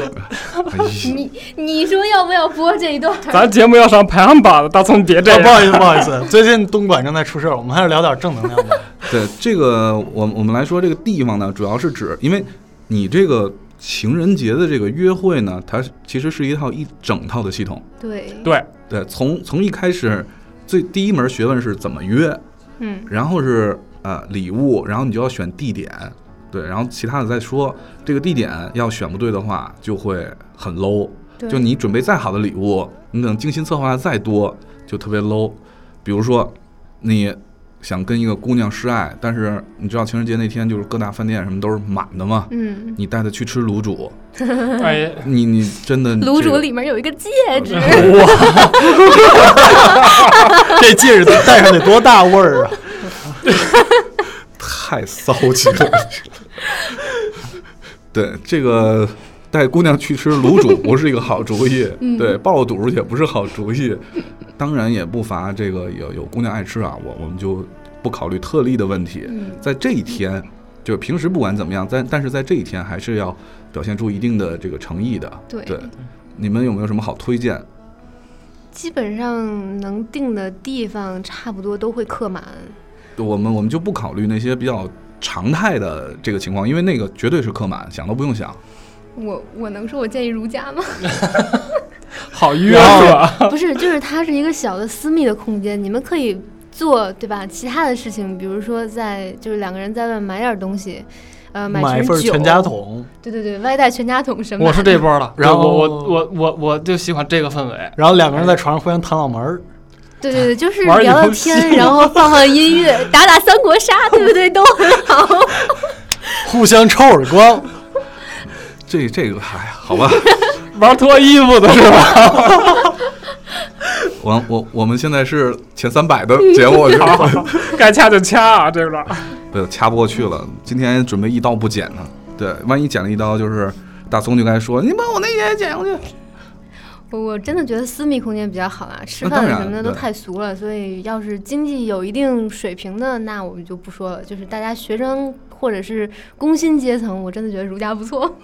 [SPEAKER 3] 哎呀
[SPEAKER 4] 你你说要不要播这一段？
[SPEAKER 6] 咱节目要上排行榜了，大葱别这
[SPEAKER 5] 啊
[SPEAKER 6] 样。
[SPEAKER 5] 不好意思，不好意 思，最近东莞正在出事儿，我们还是聊点正能量 吧。
[SPEAKER 3] 对这个，我我们来说这个地方呢，主要是指，因为你这个情人节的这个约会呢，它是其实是一套一整套的系统。
[SPEAKER 4] 对，
[SPEAKER 6] 对，
[SPEAKER 3] 对，从从一开始，最第一门学问是怎么约，
[SPEAKER 4] 嗯，
[SPEAKER 3] 然后是呃礼物，然后你就要选地点，对，然后其他的再说。这个地点要选不对的话，就会很 low。
[SPEAKER 4] 对
[SPEAKER 3] 就你准备再好的礼物，你等精心策划再多，就特别 low。比如说，你想跟一个姑娘示爱，但是你知道情人节那天就是各大饭店什么都是满的嘛，
[SPEAKER 4] 嗯，
[SPEAKER 3] 你带她去吃卤煮，
[SPEAKER 6] 哎，
[SPEAKER 3] 你你真的
[SPEAKER 4] 卤
[SPEAKER 3] 这
[SPEAKER 4] 煮
[SPEAKER 3] 个
[SPEAKER 4] 里面有一个戒
[SPEAKER 6] 哦
[SPEAKER 4] 指，
[SPEAKER 5] 这戒指戴上得多大味儿啊！
[SPEAKER 3] 太骚气了。对，这个带姑娘去吃卤煮不是一个好主意，对，爆肚也不是好主意。当然也不乏这个有有姑娘爱吃啊，我我们就不考虑特例的问题，在这一天。就是平时不管怎么样，但但是在这一天还是要表现出一定的这个诚意的。
[SPEAKER 4] 对
[SPEAKER 3] 你们有没有什么好推荐？
[SPEAKER 4] 基本上能定的地方差不多都会刻满。
[SPEAKER 3] 我们我们就不考虑那些比较常态的这个情况，因为那个绝对是客满，想都不用想。
[SPEAKER 4] 我我能说我建议如家吗？
[SPEAKER 6] 好约是吧？
[SPEAKER 4] 不是，就是它是一个小的私密的空间，你们可以做对吧？其他的事情，比如说在就是两个人在外面买点东西，呃，
[SPEAKER 5] 买一
[SPEAKER 4] 瓶
[SPEAKER 5] 份
[SPEAKER 4] 酒，
[SPEAKER 5] 全家，桶，
[SPEAKER 4] 对对对，外带全家桶什么 的。
[SPEAKER 6] 我是这波了，
[SPEAKER 5] 然后
[SPEAKER 6] 我我我我我就喜欢这个氛围。
[SPEAKER 5] 然后两个人在床上互相弹脑门儿，
[SPEAKER 4] 对对对，就是
[SPEAKER 5] 玩儿
[SPEAKER 4] 聊聊
[SPEAKER 5] 游戏
[SPEAKER 4] 天，然后放放音乐，打打三国杀，对不对？都很好。
[SPEAKER 5] 互相抽耳光。
[SPEAKER 3] 这这个，哎呀，好吧，
[SPEAKER 6] 玩脱衣服的是吧？
[SPEAKER 3] 我我我们现在是前三百的节目，是 吧？
[SPEAKER 6] 该掐就掐啊，这个。
[SPEAKER 3] 对，掐不过去了。今天准备一刀不剪呢，对，万一剪了一刀，就是大葱就该说你把我那也剪过去。
[SPEAKER 4] 我我真的觉得私密空间比较好啊，吃
[SPEAKER 3] 那
[SPEAKER 4] 饭
[SPEAKER 3] 当然
[SPEAKER 4] 什么的都
[SPEAKER 3] 对
[SPEAKER 4] 太俗了，所以要是经济有一定水平的，那我们就不说了。就是大家学生或者是工薪阶层，我真的觉得如家不错，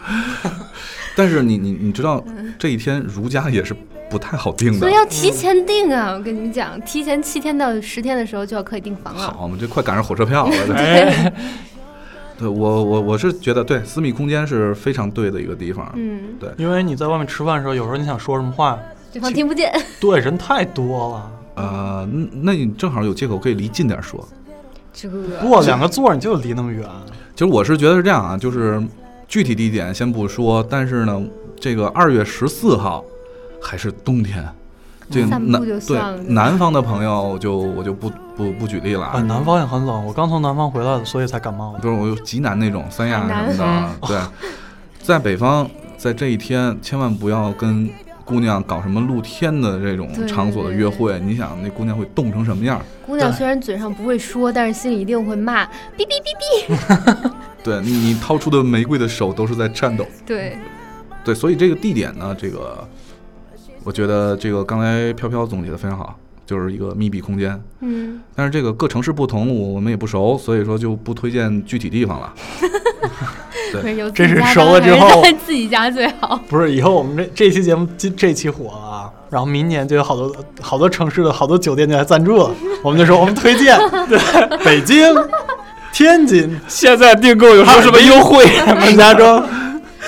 [SPEAKER 3] 但是你你你知道，这一天儒家也是不太好定
[SPEAKER 4] 所
[SPEAKER 3] 的
[SPEAKER 4] 以。要提前订啊！我跟你们讲，提前七天到十天的时候就要可以订房了。
[SPEAKER 3] 好，我们这快赶上火车 票了。对
[SPEAKER 6] 哎，
[SPEAKER 3] 对我我我是觉得，对私密空间是非常对的一个地方。
[SPEAKER 4] 嗯，
[SPEAKER 5] 因为你在外面吃饭的时候，有时候你想说什么话，
[SPEAKER 4] 对方听不见，
[SPEAKER 5] 对人太多了。
[SPEAKER 3] 呃，那那你正好有借口可以离近点说。
[SPEAKER 4] 这
[SPEAKER 5] 不
[SPEAKER 4] 个
[SPEAKER 5] 过两个座儿你就离那么远，
[SPEAKER 3] 其实我是觉得是这样啊，就是具体地点先不说，但是呢，这个二月十四号还是冬天，这个
[SPEAKER 4] 散步
[SPEAKER 3] 南
[SPEAKER 4] 就
[SPEAKER 3] 对
[SPEAKER 4] 算了
[SPEAKER 3] 南方的朋友我就我就不不不举例了
[SPEAKER 5] 啊，
[SPEAKER 3] 啊，
[SPEAKER 5] 南方也很冷，我刚从南方回来的，所以才感冒的。
[SPEAKER 3] 比如我就极南那种三亚什么的啊，
[SPEAKER 4] 哎
[SPEAKER 3] 对，在北方在这一天千万不要跟。姑娘搞什么露天的这种
[SPEAKER 4] 对对
[SPEAKER 3] 场所的约会？你想那姑娘会冻成什么样？
[SPEAKER 4] 姑娘
[SPEAKER 5] 对
[SPEAKER 4] 虽然嘴上不会说，但是心里一定会骂，哔哔哔哔。
[SPEAKER 3] 对你，你掏出的玫瑰的手都是在颤抖。
[SPEAKER 4] 对，
[SPEAKER 3] 对，所以这个地点呢，这个我觉得这个刚才飘飘总结的非常好，就是一个密闭空间。
[SPEAKER 4] 嗯，
[SPEAKER 3] 但是这个各城市不同，我我们也不熟，所以说就不推荐具体地方了。对
[SPEAKER 4] 不是有自
[SPEAKER 5] 这
[SPEAKER 4] 己
[SPEAKER 5] 是
[SPEAKER 4] 家
[SPEAKER 5] 熟
[SPEAKER 4] 当
[SPEAKER 5] 了
[SPEAKER 4] 然
[SPEAKER 5] 之后
[SPEAKER 4] 在自己家最好。
[SPEAKER 5] 不是，以后我们这这期节目这这期火了啊，然后明年就有好多好多城市的好多酒店就来赞助了，我们就说我们推荐对北京、天津、
[SPEAKER 6] 现在订购有时候什么优惠？
[SPEAKER 5] 石家庄，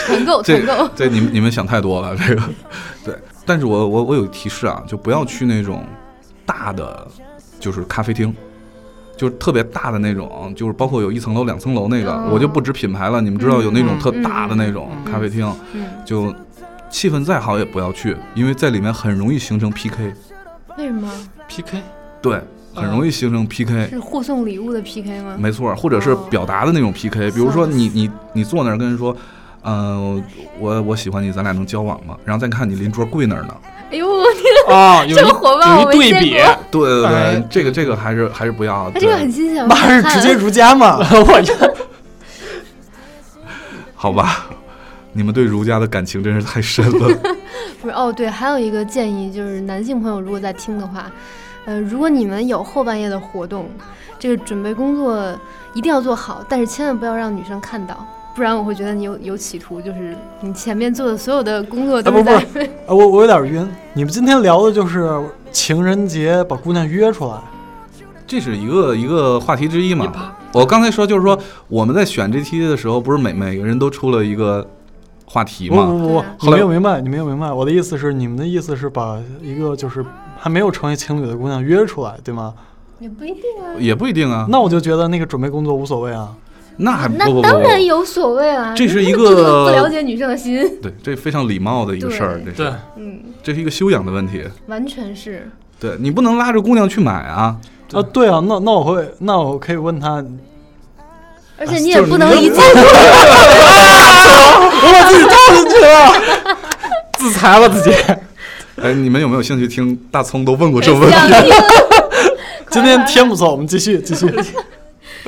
[SPEAKER 4] 团购，
[SPEAKER 3] 这
[SPEAKER 4] 团购，
[SPEAKER 3] 这你们你们想太多了，这个对。但是我我我有提示啊，就不要去那种大的，就是咖啡厅，就是特别大的那种，就是包括有一层楼、两层楼那个，
[SPEAKER 4] 哦
[SPEAKER 3] 我就不指品牌了。你们知道有那种特大的那种
[SPEAKER 6] 嗯嗯嗯
[SPEAKER 3] 咖啡厅，
[SPEAKER 4] 嗯，
[SPEAKER 3] 就气氛再好也不要去，因为在里面很容易形成 PK，
[SPEAKER 4] 为什么
[SPEAKER 6] PK
[SPEAKER 3] 对，很容易形成 PK。
[SPEAKER 4] 是互送礼物的 PK 吗？
[SPEAKER 3] 没错，或者是
[SPEAKER 4] 哦
[SPEAKER 3] 表达的那种 PK，、比如说
[SPEAKER 4] 算
[SPEAKER 3] 你你你坐那儿跟人说，嗯、我我喜欢你，咱俩能交往吗？然后再看你邻桌跪那儿呢，
[SPEAKER 4] 哎呦，我天，
[SPEAKER 6] 啊，有
[SPEAKER 4] 这个火爆
[SPEAKER 6] 一
[SPEAKER 4] 我
[SPEAKER 6] 有
[SPEAKER 4] 没
[SPEAKER 6] 一对
[SPEAKER 4] 见
[SPEAKER 6] 比，
[SPEAKER 4] 过
[SPEAKER 3] 对对对，
[SPEAKER 6] 哎
[SPEAKER 3] 这个这个还是还是不要。
[SPEAKER 4] 哎这个
[SPEAKER 3] 对
[SPEAKER 4] 很新鲜，我
[SPEAKER 5] 那是
[SPEAKER 4] 看
[SPEAKER 5] 直接如家嘛？
[SPEAKER 6] 我觉得
[SPEAKER 3] 好吧？你们对儒家的感情真是太深 了。
[SPEAKER 4] 不是哦，对，还有一个建议就是，男性朋友如果在听的话，呃，如果你们有后半夜的活动，这个准备工作一定要做好，但是千万不要让女生看到，不然我会觉得你有有企图，就是你前面做的所有的工作都
[SPEAKER 5] 哎
[SPEAKER 4] 是
[SPEAKER 5] 不
[SPEAKER 4] 在、
[SPEAKER 5] 是啊，我我有点晕。你们今天聊的就是情人节把姑娘约出来，
[SPEAKER 3] 这是一个一个话题之一嘛？我刚才说就是说我们在选这期的时候，不是每每个人都出了一个话题
[SPEAKER 5] 不
[SPEAKER 3] 嘛？
[SPEAKER 5] 不不
[SPEAKER 4] 对啊，
[SPEAKER 5] 你没有明白，你没有明白。我的意思是，你们的意思是把一个就是还没有成为情侣的姑娘约出来，对吗？
[SPEAKER 4] 也不一定啊。
[SPEAKER 3] 也不一定啊。
[SPEAKER 5] 那我就觉得那个准备工作无所谓啊。
[SPEAKER 3] 那还不
[SPEAKER 4] 那
[SPEAKER 3] 不不不
[SPEAKER 4] 当然有所谓啦、
[SPEAKER 3] 这是
[SPEAKER 4] 你
[SPEAKER 3] 一
[SPEAKER 4] 根本就
[SPEAKER 3] 个
[SPEAKER 4] 不了解女生的心，
[SPEAKER 3] 对，这非常礼貌的一个事儿，这
[SPEAKER 4] 对
[SPEAKER 3] 是
[SPEAKER 6] 对，
[SPEAKER 4] 嗯，
[SPEAKER 3] 这是一个修养的问题。
[SPEAKER 4] 完全是。
[SPEAKER 3] 对你不能拉着姑娘去买啊。
[SPEAKER 5] 啊，对啊，那那我会，那我可以问他，
[SPEAKER 4] 而
[SPEAKER 3] 啊
[SPEAKER 4] 且你
[SPEAKER 5] 就
[SPEAKER 4] 也
[SPEAKER 5] 是
[SPEAKER 4] 不
[SPEAKER 5] 你
[SPEAKER 4] 能
[SPEAKER 5] 要
[SPEAKER 4] 一见钟
[SPEAKER 5] 我把自己倒进去了， 自裁了自己。
[SPEAKER 3] 哎，你们有没有兴趣听大葱都问过这
[SPEAKER 4] 情
[SPEAKER 3] 个 问题？
[SPEAKER 4] 相见。
[SPEAKER 5] 今天天不错，我们继续 继续。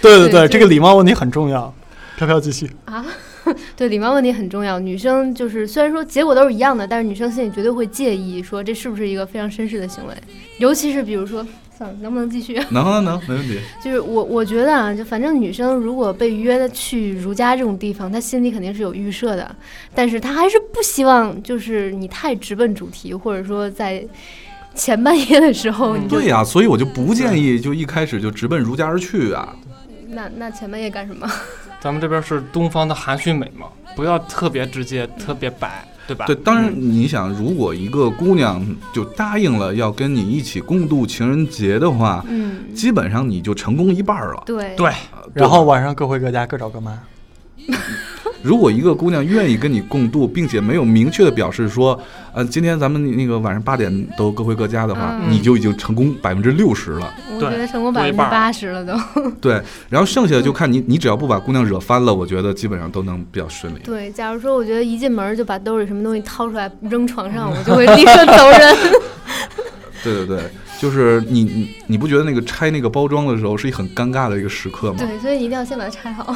[SPEAKER 5] 对对对，
[SPEAKER 4] 对
[SPEAKER 5] 这个礼貌问题很重要。飘飘继续，
[SPEAKER 4] 啊， 对，礼貌问题很重要。女生就是虽然说结果都是一样的，但是女生心里绝对会介意，说这是不是一个非常绅士的行为，尤其是比如说。算了，能不能继续？
[SPEAKER 3] 能能能，没问题。
[SPEAKER 4] 就是我，我觉得啊，就反正女生如果被约去如家这种地方，她心里肯定是有预设的，但是她还是不希望就是你太直奔主题，或者说在前半夜的时候你就、
[SPEAKER 3] 对呀、所以我就不建议就一开始就直奔如家而去啊。
[SPEAKER 4] 那那前半夜干什么？
[SPEAKER 6] 咱们这边是东方的含蓄美嘛，不要特别直接，特别白，对吧？
[SPEAKER 3] 对，当然你想，如果一个姑娘就答应了要跟你一起共度情人节的话，
[SPEAKER 4] 嗯，
[SPEAKER 3] 基本上你就成功一半儿了。
[SPEAKER 4] 对
[SPEAKER 6] 对，
[SPEAKER 5] 然后晚上各回各家，各找各妈。
[SPEAKER 3] 如果一个姑娘愿意跟你共度，并且没有明确的表示说，呃，今天咱们那个晚上八点都各回各家的话，
[SPEAKER 4] 嗯
[SPEAKER 3] 你就已经成功百分之六十了。
[SPEAKER 4] 我
[SPEAKER 6] 对
[SPEAKER 4] 觉得成功
[SPEAKER 6] 多
[SPEAKER 4] 百
[SPEAKER 6] 一
[SPEAKER 4] 分之
[SPEAKER 6] 半儿
[SPEAKER 4] 八十了都。
[SPEAKER 3] 对，然后剩下的
[SPEAKER 4] 嗯
[SPEAKER 3] 就看你，你只要不把姑娘惹翻了，我觉得基本上都能比较顺利。
[SPEAKER 4] 对，假如说我觉得一进门就把兜里什么东西掏出来扔床上，我就会 立刻走人。
[SPEAKER 3] 对对对，就是你你你不觉得那个拆那个包装的时候是一很尴尬的一个时刻吗？
[SPEAKER 4] 对，所以你一定要先把它拆 好，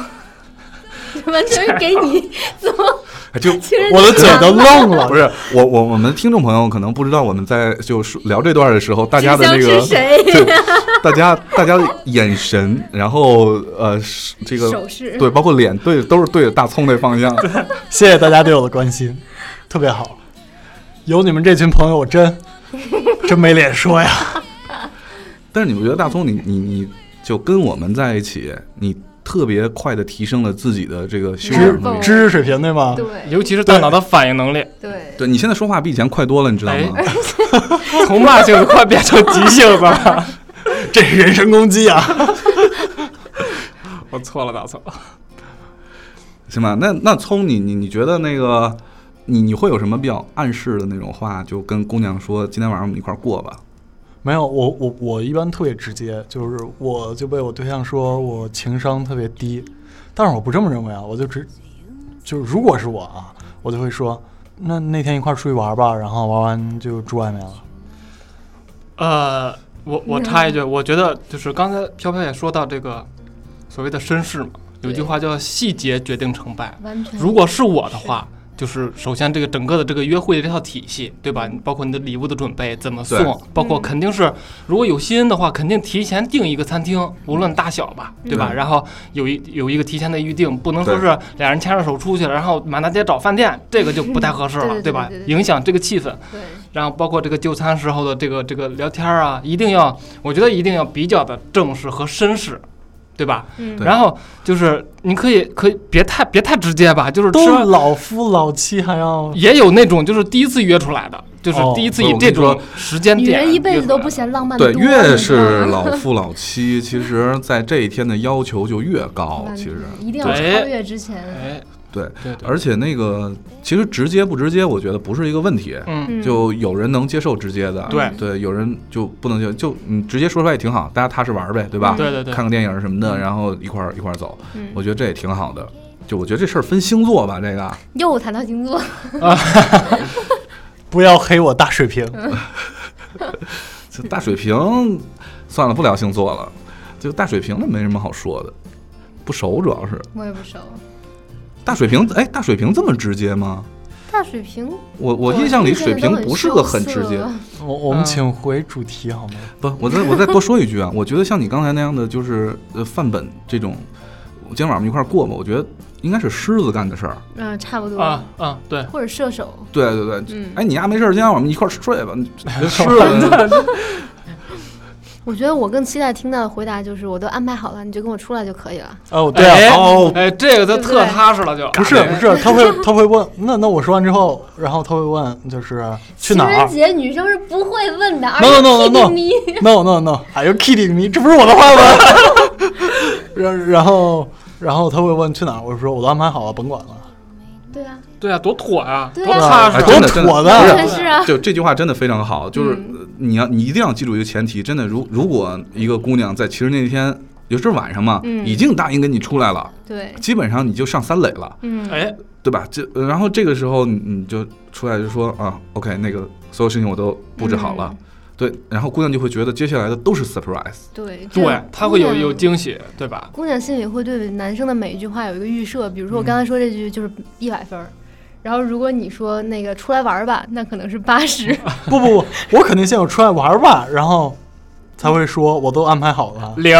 [SPEAKER 4] 完全给 你怎么
[SPEAKER 3] 哎就
[SPEAKER 4] 情人
[SPEAKER 5] 我的
[SPEAKER 4] 节
[SPEAKER 5] 嘴都愣 了，
[SPEAKER 3] 不是我我我们听众朋友可能不知道我们在就是聊这段的时候，大家的那
[SPEAKER 4] 指向
[SPEAKER 3] 个
[SPEAKER 4] 是谁
[SPEAKER 3] 对，大家大家的眼神，然后呃是这个
[SPEAKER 4] 手势？
[SPEAKER 3] 对，包括脸对都是对着大葱那方向。
[SPEAKER 5] 谢谢大家对我的关心，特别好。有你们这群朋友，我 真真没脸说呀。
[SPEAKER 3] 但是你们觉得大葱你你你就跟我们在一起，你特别快的提升了自己的这个修
[SPEAKER 4] 是
[SPEAKER 3] 养
[SPEAKER 4] 吧
[SPEAKER 3] 能力。
[SPEAKER 5] 知识水平对吗？
[SPEAKER 4] 对
[SPEAKER 6] 尤其是大脑的反应能力，
[SPEAKER 4] 对，
[SPEAKER 3] 对你现在说话比以前快多了，你知道吗？
[SPEAKER 6] 从慢性子快变成急性子 了。
[SPEAKER 5] 这是人身攻击啊！
[SPEAKER 6] 我错了，大错。
[SPEAKER 3] 行吧，那那聪你你你觉得那个你你会有什么比较暗示的那种话，就跟姑娘说今天晚上我们一块儿过吧？
[SPEAKER 5] 没有，我我我一般特别直接，就是我就被我对象说我情商特别低，但是我不这么认为啊，我就直，就是如果是我啊，我就会说，那那天一块儿出去玩吧，然后玩完就住外面了。
[SPEAKER 6] 呃，我我插一句，我觉得就是刚才飘飘也说到这个所谓的绅士嘛，有句话叫“细节决定成败”。
[SPEAKER 4] 完全
[SPEAKER 6] 如果是我的话，就是首先这个整个的这个约会的这套体系，对吧？
[SPEAKER 4] 嗯
[SPEAKER 6] 包括你的礼物的准备怎么
[SPEAKER 3] 对
[SPEAKER 6] 送，包括肯定是如果有心的话，肯定提前定一个餐厅，无论大小吧，对吧？
[SPEAKER 3] 嗯
[SPEAKER 6] 然后有一有一个提前的预定，不能说
[SPEAKER 3] 对
[SPEAKER 4] 嗯
[SPEAKER 6] 是俩人牵着手出去了，然后满大街找饭店，这个就不太合适
[SPEAKER 4] 嗯对对
[SPEAKER 6] 了，
[SPEAKER 4] 对
[SPEAKER 6] 对吧
[SPEAKER 4] 对对？对
[SPEAKER 6] 影响这个气氛。
[SPEAKER 4] 对，
[SPEAKER 6] 然后包括这个就餐时候的这个这个聊天啊，一定要，我觉得一定要比较的正式和绅士，对吧？
[SPEAKER 4] 嗯，
[SPEAKER 3] 对
[SPEAKER 6] 然后就是你可以可以别太别太直接吧，就是吃
[SPEAKER 5] 都
[SPEAKER 6] 完
[SPEAKER 5] 老夫老妻还要
[SPEAKER 6] 也有那种就是第一次约出来的，就是
[SPEAKER 5] 哦
[SPEAKER 6] 第一次
[SPEAKER 3] 不
[SPEAKER 6] 以
[SPEAKER 3] 是我跟
[SPEAKER 6] 这
[SPEAKER 3] 你说
[SPEAKER 6] 种时间
[SPEAKER 4] 女
[SPEAKER 6] 点，
[SPEAKER 4] 人一辈子都不。嫌浪漫
[SPEAKER 3] 对，
[SPEAKER 4] 的多，
[SPEAKER 3] 越
[SPEAKER 4] 你知道吗
[SPEAKER 3] 是老夫老妻，其实在这一天的要求就越 高。
[SPEAKER 4] 嗯
[SPEAKER 3] 其实，
[SPEAKER 4] 一定要
[SPEAKER 6] 对
[SPEAKER 4] 超越之前，
[SPEAKER 6] 哎，
[SPEAKER 3] 对，
[SPEAKER 6] 对对，
[SPEAKER 3] 而且那个其实直接不直接，我觉得不是一个问题。
[SPEAKER 6] 嗯，
[SPEAKER 4] 嗯
[SPEAKER 3] 就有人能接受直接的，
[SPEAKER 6] 对
[SPEAKER 3] 对，有人就不能接受，就你直接说出来也挺好，大家踏实玩儿呗，对吧？
[SPEAKER 6] 对对对，
[SPEAKER 3] 看个电影什么的，然后一块儿一块儿走，
[SPEAKER 4] 嗯
[SPEAKER 3] 我觉得这也挺好的。就我觉得这事儿分星座吧，这个
[SPEAKER 4] 又谈到星座，
[SPEAKER 5] 不要黑我大水平，
[SPEAKER 3] 这大水瓶，算了，不聊星座了。就大水瓶那没什么好说的，不熟主要是
[SPEAKER 4] 我也不熟。
[SPEAKER 3] 大水瓶。哎，大水瓶这么直接吗？
[SPEAKER 4] 大水瓶，
[SPEAKER 3] 我我
[SPEAKER 4] 我
[SPEAKER 3] 印象里水
[SPEAKER 4] 现在
[SPEAKER 3] 瓶
[SPEAKER 4] 都很
[SPEAKER 3] 不是个很直接
[SPEAKER 4] 羞涩，
[SPEAKER 5] 我我们
[SPEAKER 6] 嗯
[SPEAKER 5] 请回主题好吗？
[SPEAKER 3] 不，我再我再多说一句啊，我觉得像你刚才那样的，就是呃范本这种，今天晚上我们一块儿过吧，我觉得应该是狮子干的事儿。
[SPEAKER 4] 嗯，差不多，
[SPEAKER 6] 啊啊，对，
[SPEAKER 4] 或者射手，
[SPEAKER 3] 对对对，
[SPEAKER 4] 嗯
[SPEAKER 3] 哎，你丫没事儿，今天晚上我们一块儿睡吧，你别狮子
[SPEAKER 4] 我觉得我更期待听到的回答就是，我都安排好了，你就跟我出来就可以了。
[SPEAKER 5] 哦，对啊，
[SPEAKER 6] 哎
[SPEAKER 3] 哦
[SPEAKER 6] 哎，这个
[SPEAKER 4] 对
[SPEAKER 6] 就
[SPEAKER 4] 不
[SPEAKER 6] 特
[SPEAKER 4] 对
[SPEAKER 6] 踏实了，就
[SPEAKER 5] 不是不是，他会他会问，那那我说完之后，然后他会问就是去哪
[SPEAKER 6] 啊
[SPEAKER 5] 儿
[SPEAKER 4] 节女生是不会问的
[SPEAKER 5] No, no, no, no, no.
[SPEAKER 4] 而你
[SPEAKER 5] ？No No No，Are you kidding me？这不是我的话吗？ 然然后然后他会问去哪儿，我说我都安排好了，甭管了，
[SPEAKER 4] 对啊，
[SPEAKER 6] 对啊，多妥啊，
[SPEAKER 4] 对
[SPEAKER 6] 多
[SPEAKER 4] 啊
[SPEAKER 6] 踏
[SPEAKER 3] 哎
[SPEAKER 6] 实，
[SPEAKER 3] 真
[SPEAKER 5] 多
[SPEAKER 3] 的真的
[SPEAKER 5] 妥
[SPEAKER 3] 不
[SPEAKER 4] 当
[SPEAKER 3] 是
[SPEAKER 5] 的。
[SPEAKER 4] 然是啊，
[SPEAKER 3] 就这句话真的非常好，就是
[SPEAKER 4] 嗯
[SPEAKER 3] 呃你要你一定要记住一个前提，真的，如如果一个姑娘在其实那天，尤其是晚上嘛，
[SPEAKER 4] 嗯
[SPEAKER 3] 已经答应跟你出来了，
[SPEAKER 4] 对，
[SPEAKER 3] 基本上你就上三垒了，
[SPEAKER 4] 嗯，
[SPEAKER 6] 哎，
[SPEAKER 3] 对吧？这呃然后这个时候你你就出来就说啊，OK，那个所有事情我都布置好了，对，然后姑娘就会觉得接下来的都是 surprise，
[SPEAKER 4] 对，这
[SPEAKER 6] 对，他会有有
[SPEAKER 4] 姑娘
[SPEAKER 6] 惊喜，对吧？
[SPEAKER 4] 姑娘心里会对男生的每一句话有一个预设，比如说我
[SPEAKER 6] 嗯
[SPEAKER 4] 刚才说这句就是一百分儿，然后如果你说那个出来玩儿吧，那可能是八 十，
[SPEAKER 5] 不不不，我肯定先有出来玩儿吧，然后才会说我都安排好了。
[SPEAKER 6] 零，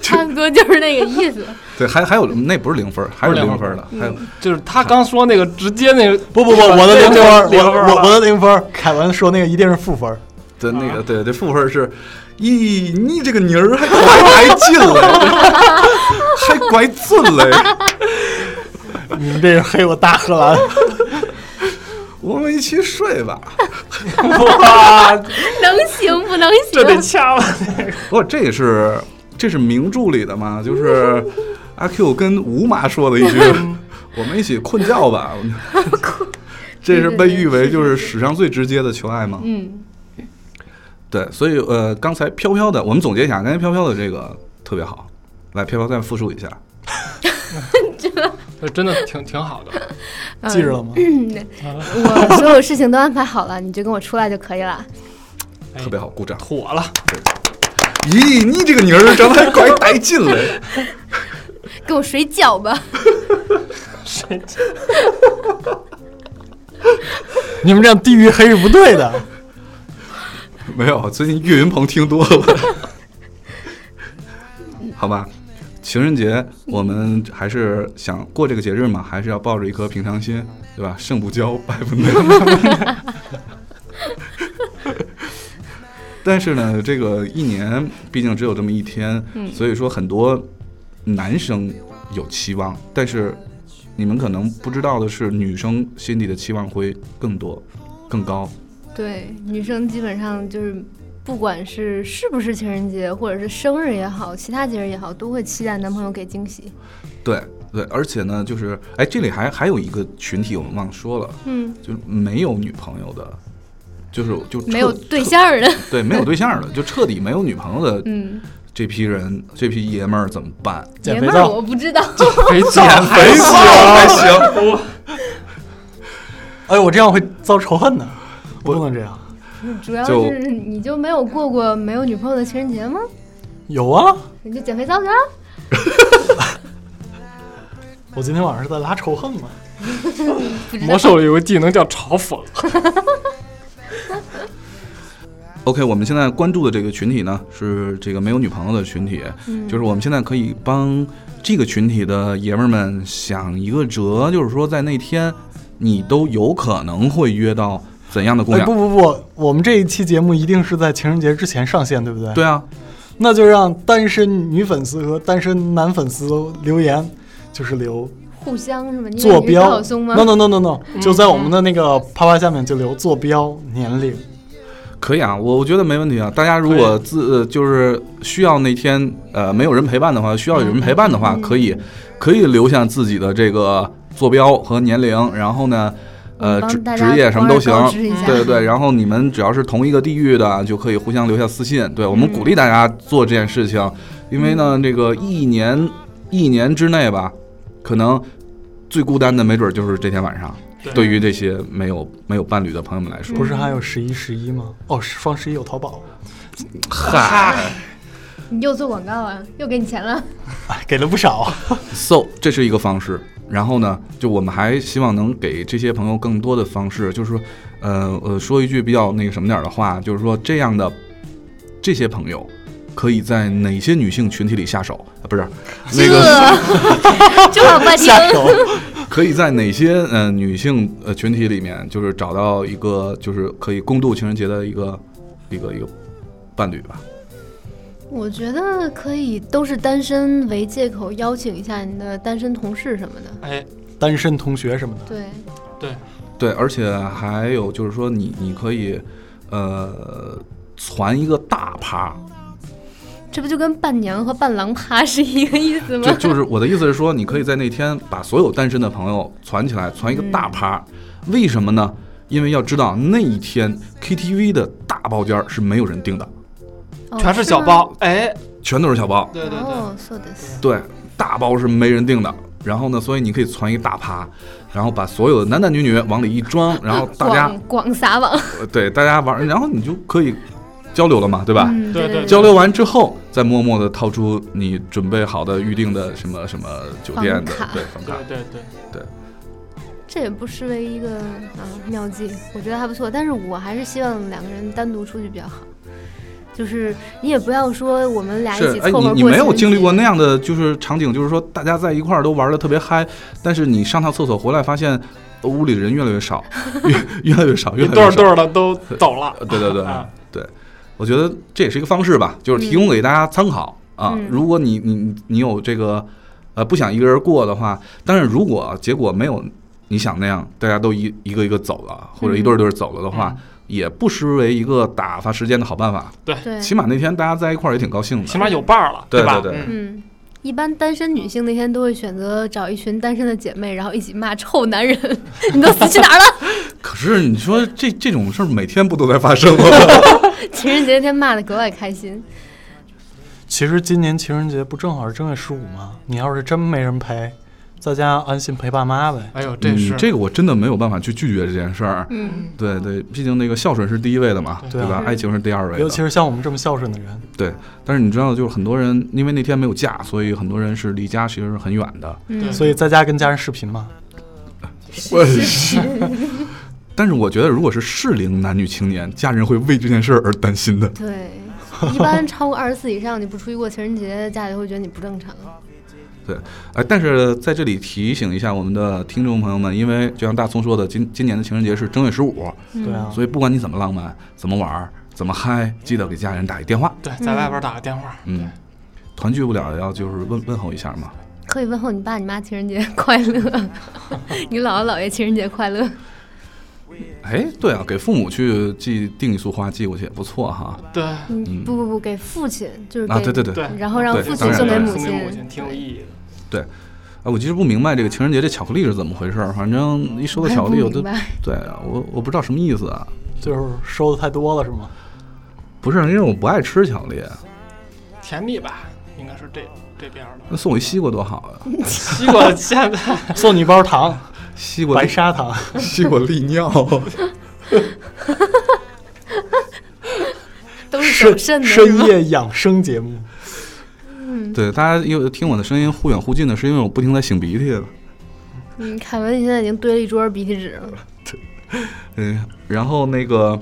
[SPEAKER 4] 差不多就是那个 意思。
[SPEAKER 3] 对，还还有那不是零分儿，还有
[SPEAKER 6] 不是
[SPEAKER 3] 零
[SPEAKER 6] 零分
[SPEAKER 3] 分儿
[SPEAKER 6] 儿
[SPEAKER 3] 的，还有
[SPEAKER 6] 就是他刚说那个直接那个，
[SPEAKER 5] 不不不，我的
[SPEAKER 6] 这
[SPEAKER 5] 零
[SPEAKER 6] 就
[SPEAKER 5] 分儿，
[SPEAKER 6] 零分儿
[SPEAKER 5] 我我
[SPEAKER 6] 了
[SPEAKER 5] 我的零分儿，凯文说那个一定是负分儿。
[SPEAKER 3] 对那个对对负分儿是，咦，你这个妮儿还拐还进来，还拐进来，
[SPEAKER 5] 你们这是黑我大荷兰。
[SPEAKER 3] 我们一起睡吧。
[SPEAKER 6] 哇，
[SPEAKER 4] 能行不能
[SPEAKER 6] 这得
[SPEAKER 4] 行？
[SPEAKER 6] 掐了，
[SPEAKER 3] 不，这也是这是名著里的嘛，就是阿 Q 跟吴妈说的一句：“我们一起困觉吧。”这是被誉为就是史上最直接的求爱嘛？
[SPEAKER 4] 嗯，
[SPEAKER 3] 对，所以呃，刚才飘飘的，我们总结一下，刚才飘飘的这个特别好，来，飘飘再复述一下。
[SPEAKER 6] 真的挺挺好的，
[SPEAKER 4] 嗯
[SPEAKER 5] 记着了吗？
[SPEAKER 4] 我所有事情都安排好了，你就跟我出来就可以了。
[SPEAKER 6] 哎
[SPEAKER 3] 特别好，鼓掌！
[SPEAKER 6] 妥了。
[SPEAKER 3] 咦，你这个妮儿长得还怪带劲嘞！
[SPEAKER 4] 跟我睡觉吧。
[SPEAKER 5] 你们这样地域黑是不对的。
[SPEAKER 3] 没有，最近岳云鹏听多了。 好吧，情人节我们还是想过这个节日嘛，还是要抱着一颗平常心，对吧？胜不骄，败不馁。 但是呢，这个一年毕竟只有这么一天，所以说很多男生有期望，但是你们可能不知道的是，女生心里的期望会更多、更高。
[SPEAKER 4] 对，女生基本上就是，不管是是不是情人节，或者是生日也好，其他节日也好，都会期待男朋友给惊喜。
[SPEAKER 3] 对对，而且呢，就是哎，这里还还有一个群体我们忘说了，
[SPEAKER 4] 嗯，
[SPEAKER 3] 就是没有女朋友的，就是就彻
[SPEAKER 4] 没有对象儿的。
[SPEAKER 3] 对没有对象的，就彻底没有女朋友的
[SPEAKER 4] 嗯，
[SPEAKER 3] 这批人，这批爷们儿怎么办？
[SPEAKER 5] 减
[SPEAKER 4] 爷
[SPEAKER 5] 肥
[SPEAKER 4] 们儿
[SPEAKER 5] 皂
[SPEAKER 4] 我不知道。
[SPEAKER 6] 肥皂还
[SPEAKER 3] 行还行，
[SPEAKER 5] 哎，我这样会遭仇恨的，我不能这样。
[SPEAKER 4] 主要
[SPEAKER 3] 就是
[SPEAKER 4] 你就没有过过没有女朋友的情人节吗？
[SPEAKER 5] 有啊，
[SPEAKER 4] 你就减肥皂去啊。
[SPEAKER 5] 我今天晚上是在拉仇恨吗？
[SPEAKER 4] 不知道
[SPEAKER 6] 魔兽有个技能叫嘲讽，
[SPEAKER 3] OK，我们现在关注的这个群体呢是这个没有女朋友的群体，
[SPEAKER 4] 嗯
[SPEAKER 3] 就是我们现在可以帮这个群体的爷们儿们想一个辙，就是说在那天你都有可能会约到怎样的姑
[SPEAKER 5] 哎，
[SPEAKER 3] 娘？
[SPEAKER 5] 不不不，我们这一期节目一定是在情人节之前上线，对不对？
[SPEAKER 3] 对啊，
[SPEAKER 5] 那就让单身女粉丝和单身男粉丝留言，就是留
[SPEAKER 4] 互相是吧？你以为
[SPEAKER 5] 坐
[SPEAKER 4] 你是高
[SPEAKER 5] 标
[SPEAKER 4] 晓松吗嗯
[SPEAKER 5] No no no no no，、就在我们的那个啪啪下面就留坐标、年龄。
[SPEAKER 4] 嗯
[SPEAKER 3] 可以啊，我我觉得没问题啊。大家如果自、呃就是需要那天呃没有人陪伴的话，需要有人陪伴的
[SPEAKER 4] 嗯
[SPEAKER 3] 话，可以可以留下自己的这个坐标和年龄，然后呢。呃，
[SPEAKER 4] 帮
[SPEAKER 3] 职
[SPEAKER 4] 大
[SPEAKER 3] 职
[SPEAKER 4] 家
[SPEAKER 3] 业什么
[SPEAKER 4] 帮
[SPEAKER 3] 都
[SPEAKER 4] 人
[SPEAKER 3] 行
[SPEAKER 4] 告知一下，
[SPEAKER 3] 对对对。然后你们只要是同一个地域的，就可以互相留下私信。对我们
[SPEAKER 4] 嗯
[SPEAKER 3] 鼓励大家做这件事情，因为呢，这个一年一年之内吧，可能最孤单的没准就是这天晚上。对于这些没有没有伴侣的朋友们来说，
[SPEAKER 5] 不是还有十一十一吗？哦，是双十一有淘宝，
[SPEAKER 3] 嗨。
[SPEAKER 4] 你又做广告啊，又给你钱 了。
[SPEAKER 5] 哎，给了不少啊。
[SPEAKER 3] So，这是一个方式。然后呢，就我们还希望能给这些朋友更多的方式，就是说，呃呃，说一句比较那个什么点儿的话，就是说这样的这些朋友可以在哪些女性群体里下手？啊、不是那个，
[SPEAKER 4] 这就好半天。
[SPEAKER 5] 下手，
[SPEAKER 3] 可以在哪些呃女性呃群体里面，就是找到一个就是可以共度情人节的一个一个一个伴侣吧。
[SPEAKER 4] 我觉得可以都是单身为借口邀请一下你的单身同事什么的。
[SPEAKER 6] 哎，
[SPEAKER 5] 单身同学什么的。
[SPEAKER 4] 对，
[SPEAKER 3] 对，而且还有就是说你，你可以呃攒一个大趴。
[SPEAKER 4] 这不就跟伴娘和伴郎趴是一个意思吗
[SPEAKER 3] 就？就是我的意思是说，你可以在那天把所有单身的朋友攒起来，攒一个大趴。为什么呢？因为要知道那一天 KTV 的大包间儿是没有人订的，
[SPEAKER 4] 哦
[SPEAKER 6] 全是小
[SPEAKER 4] 吗
[SPEAKER 6] 包，哎，
[SPEAKER 3] 全都是小包。
[SPEAKER 6] 对对对，
[SPEAKER 4] 哦，说的是。
[SPEAKER 3] 对，大包是没人订的。然后呢，所以你可以攒一个大趴，然后把所有的男男女女往里一装，然后大 家
[SPEAKER 4] 广广撒网，
[SPEAKER 3] 呃对大家玩，然后你就可以交流了嘛，对吧？
[SPEAKER 4] 嗯，
[SPEAKER 6] 对
[SPEAKER 4] 对
[SPEAKER 6] 对
[SPEAKER 3] 交流完之后，再默默的掏出你准备好的预定的什么什么酒店的
[SPEAKER 4] 房卡
[SPEAKER 3] 对房卡
[SPEAKER 6] 对，对对，
[SPEAKER 4] 这也不失为一个啊妙计，我觉得还不错。但是我还是希望两个人单独出去比较好，就是你也不要说我们俩一
[SPEAKER 3] 是
[SPEAKER 4] 起，
[SPEAKER 3] 哎，
[SPEAKER 4] 凑合
[SPEAKER 3] 你
[SPEAKER 4] 过
[SPEAKER 3] 你没有
[SPEAKER 4] 情
[SPEAKER 3] 经
[SPEAKER 4] 人
[SPEAKER 3] 历过
[SPEAKER 4] 节
[SPEAKER 3] 那样的就是场景，就是说大家在一块儿都玩的特别嗨，但是你上趟厕所回来发现呃屋里人越来越少，越越来越少，越
[SPEAKER 6] 一
[SPEAKER 3] 来
[SPEAKER 6] 对
[SPEAKER 3] 越
[SPEAKER 6] 儿
[SPEAKER 3] 少
[SPEAKER 6] 对。儿的都走了，
[SPEAKER 3] 呃对对对
[SPEAKER 6] 啊
[SPEAKER 3] 对，我觉得这也是一个方式吧，就是提供给大家参考啊
[SPEAKER 4] 嗯。
[SPEAKER 3] 如果你你你你有这个呃不想一个人过的话，但是如果结果没有你想那样，大家都一一个一个走了，或者一对儿对儿走了的话
[SPEAKER 6] 嗯，
[SPEAKER 3] 也不失为一个打发时间的好办法。
[SPEAKER 4] 对，
[SPEAKER 3] 起码那天大家在一块儿也挺高兴的。
[SPEAKER 6] 起码有伴儿了，
[SPEAKER 3] 对
[SPEAKER 6] 吧？
[SPEAKER 3] 对对
[SPEAKER 6] 嗯
[SPEAKER 4] 嗯，一般单身女性那天都会选择找一群单身的姐妹，然后一起骂臭男人， 你都死去哪儿了？
[SPEAKER 3] 可是你说这这种事儿每天不都在发 生吗？
[SPEAKER 4] 情人节那天骂的格外开心，
[SPEAKER 5] 其实今年情人节不正好是正月十五吗？你要是真没人陪，在家安心陪爸妈呗。
[SPEAKER 6] 哎呦，这是
[SPEAKER 3] 嗯这个我真的没有办法去拒绝这件事儿。
[SPEAKER 4] 嗯，
[SPEAKER 3] 对对，毕竟那个孝顺是第一位的嘛，对
[SPEAKER 5] 对啊
[SPEAKER 3] 吧？爱情是第二位
[SPEAKER 5] 尤其
[SPEAKER 3] 的。
[SPEAKER 5] 是像我们这么孝顺的人，
[SPEAKER 3] 对，但是你知道，就是很多人因为那天没有假，所以很多人是离家其实是很远的。
[SPEAKER 4] 嗯
[SPEAKER 5] 所以在家跟家人视频嘛。
[SPEAKER 3] 但是我觉得，如果是适龄男女青年，家人会为这件事儿而担心的。
[SPEAKER 4] 对，一般超过二十四以上，你不出去过情人节，家里会觉得你不正常。
[SPEAKER 3] 哎，但是在这里提醒一下我们的听众朋友们，因为就像大葱说的，今今年的情人节是正月十五，
[SPEAKER 4] 嗯
[SPEAKER 5] 对啊，
[SPEAKER 3] 所以不管你怎么浪漫、怎么玩儿、怎么嗨，记得给家人打一电话。
[SPEAKER 6] 对，在外边打个电话，
[SPEAKER 3] 嗯，团聚不了也要就是问问候一下嘛。
[SPEAKER 4] 可以问候你爸你妈情人节快乐，你姥姥姥爷情人节快乐。
[SPEAKER 3] 哎，对啊，给父母去寄订一束花寄过去也不错哈。
[SPEAKER 6] 对
[SPEAKER 4] 嗯，不不不，给父亲就是给
[SPEAKER 3] 啊，对对对，
[SPEAKER 6] 对，
[SPEAKER 4] 然后让
[SPEAKER 3] 对
[SPEAKER 4] 父
[SPEAKER 3] 当然
[SPEAKER 4] 亲送给
[SPEAKER 3] 当然
[SPEAKER 4] 母
[SPEAKER 6] 送给母
[SPEAKER 4] 亲
[SPEAKER 6] 亲，，挺有意义的。
[SPEAKER 3] 哎，我其实不明白这个情人节这巧克力是怎么回事儿，反正一收
[SPEAKER 4] 我
[SPEAKER 3] 到
[SPEAKER 4] 也
[SPEAKER 3] 巧
[SPEAKER 4] 不
[SPEAKER 3] 克力我都
[SPEAKER 4] 明白。
[SPEAKER 3] 对啊我我不知道什么意思啊。
[SPEAKER 5] 就是收的太多了是吗？
[SPEAKER 3] 不是，因为我不爱吃巧克力，
[SPEAKER 6] 甜蜜吧，应该是这这边儿的。
[SPEAKER 3] 那送我一西瓜多好啊！
[SPEAKER 6] 西瓜现在
[SPEAKER 5] 送你一 包糖，
[SPEAKER 3] 西瓜
[SPEAKER 5] 白砂糖。
[SPEAKER 3] 西瓜利 尿，
[SPEAKER 4] 都是走肾的是
[SPEAKER 5] 深
[SPEAKER 4] 吗？
[SPEAKER 5] 夜养生节目，
[SPEAKER 3] 对大家有听我的声音忽远忽近的，是因为我不停在擤鼻涕了。
[SPEAKER 4] 嗯，凯文，你现在已经堆了一桌鼻涕纸了。
[SPEAKER 3] 嗯，然后那个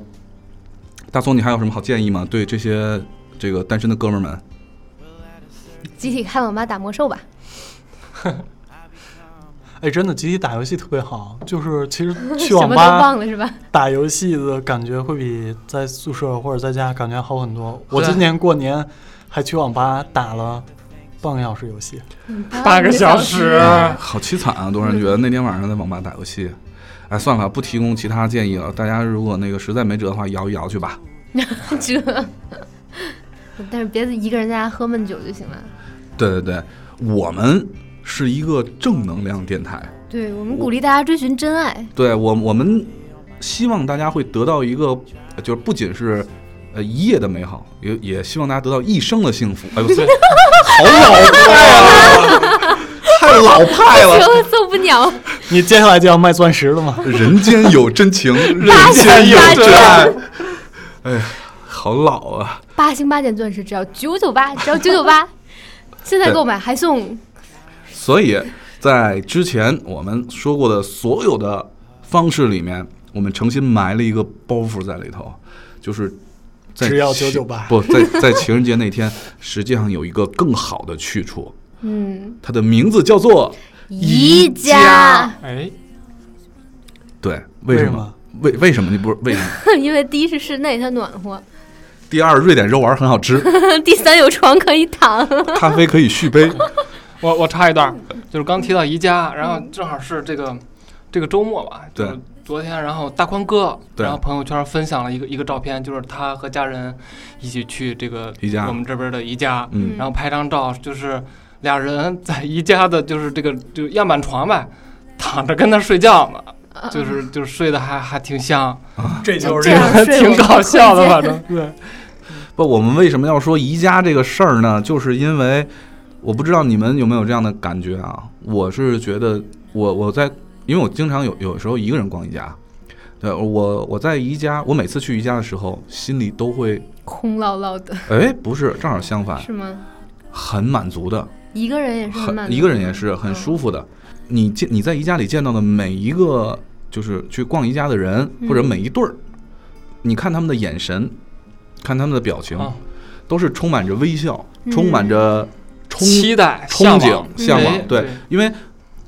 [SPEAKER 3] 大松，你还有什么好建议吗？对这些这个单身的哥们儿们，
[SPEAKER 4] 集体看网吧打魔兽吧。
[SPEAKER 5] 哎，真的集体打游戏特别好，就是其实去
[SPEAKER 4] 什么
[SPEAKER 5] 网
[SPEAKER 4] 都
[SPEAKER 5] 吧
[SPEAKER 4] 忘了是吧？
[SPEAKER 5] 打游戏的感觉会比在宿舍或者在家感觉好很多。我今年过年还去网吧打了半个小时游戏，
[SPEAKER 6] 八个小时，
[SPEAKER 3] 好凄惨啊！多少人觉得那天晚上在网吧打游戏，哎，算了，不提供其他建议了。大家如果那个实在没辙的话，摇一摇去吧。
[SPEAKER 4] 这，但是别一个人在家喝闷酒就行了。
[SPEAKER 3] 对对对，我们是一个正能量电台，
[SPEAKER 4] 对我们鼓励大家追寻真爱，
[SPEAKER 3] 对我我们希望大家会得到一个，呃就是不仅是。呃，一夜的美好，也也希望大家得到一生的幸福。哎呦，这好老派啊， 太老派 了。
[SPEAKER 4] 就受不了。
[SPEAKER 5] 你接下来就要卖钻石了吗？
[SPEAKER 3] 人间有真情，人间有真爱。哎呀，好老啊！
[SPEAKER 4] 八星八件钻石只要九九八，只要九九八，现在购买还送。
[SPEAKER 3] 所以在之前我们说过的所有的方式里面，我们诚心埋了一个包袱在里头，就是在
[SPEAKER 5] 只要
[SPEAKER 3] 情
[SPEAKER 5] 998
[SPEAKER 3] 不在在情人节那天，实际上有一个更好的去处，
[SPEAKER 4] 嗯，
[SPEAKER 3] 它的名字叫做
[SPEAKER 4] 宜家，
[SPEAKER 6] 哎，
[SPEAKER 3] 对，为什么？为为什么？你不是为什么？
[SPEAKER 4] 因为第一是室内它暖和，
[SPEAKER 3] 第二，瑞典肉丸很好吃，
[SPEAKER 4] 第三有床可以躺。
[SPEAKER 3] 咖啡可以续杯。
[SPEAKER 6] 我我插一段儿，
[SPEAKER 4] 嗯
[SPEAKER 6] 就是刚提到宜家，然后正好是这个这个周末吧，
[SPEAKER 3] 对，
[SPEAKER 6] 昨天，然后大宽哥，
[SPEAKER 3] 对
[SPEAKER 6] 然后朋友圈分享了一个一个照片，就是他和家人一起去这个
[SPEAKER 3] 宜家
[SPEAKER 6] 我们这边的宜家，
[SPEAKER 3] 嗯
[SPEAKER 6] 然后拍张照，就是俩人在宜家的，就是这个就样板床呗，躺着跟那睡觉呢。就是就是睡得还还挺香，
[SPEAKER 5] 这
[SPEAKER 4] 是嗯这样
[SPEAKER 6] 还
[SPEAKER 4] 睡
[SPEAKER 6] 挺
[SPEAKER 4] 我
[SPEAKER 6] 搞
[SPEAKER 4] 们
[SPEAKER 6] 笑的，
[SPEAKER 4] 困
[SPEAKER 6] 反正对，
[SPEAKER 3] 不，我们为什么要说宜家这个事儿呢？就是因为我不知道你们有没有这样的感觉啊。我是觉得我我在，因为我经常有有时候一个人逛宜家，对我我在宜家，我每次去宜家的时候，心里都会，
[SPEAKER 4] 空落落的，
[SPEAKER 3] 哎，不是，正好相反，
[SPEAKER 4] 是吗？
[SPEAKER 3] 很满足的，
[SPEAKER 4] 一个人也是很慢
[SPEAKER 3] 很
[SPEAKER 4] 的，
[SPEAKER 3] 一个人也是很
[SPEAKER 4] 嗯
[SPEAKER 3] 舒服的。你见你在宜家里见到的每一个就是去逛宜家的人或者
[SPEAKER 4] 嗯
[SPEAKER 3] 每一对儿，你看他们的眼神，看他们的表情
[SPEAKER 6] 啊，
[SPEAKER 3] 都是充满着微笑，
[SPEAKER 4] 嗯
[SPEAKER 3] 充满着憧
[SPEAKER 6] 期待、
[SPEAKER 3] 憧
[SPEAKER 6] 向
[SPEAKER 3] 憬
[SPEAKER 6] 往、
[SPEAKER 3] 向
[SPEAKER 6] 哎
[SPEAKER 3] 往。对，因为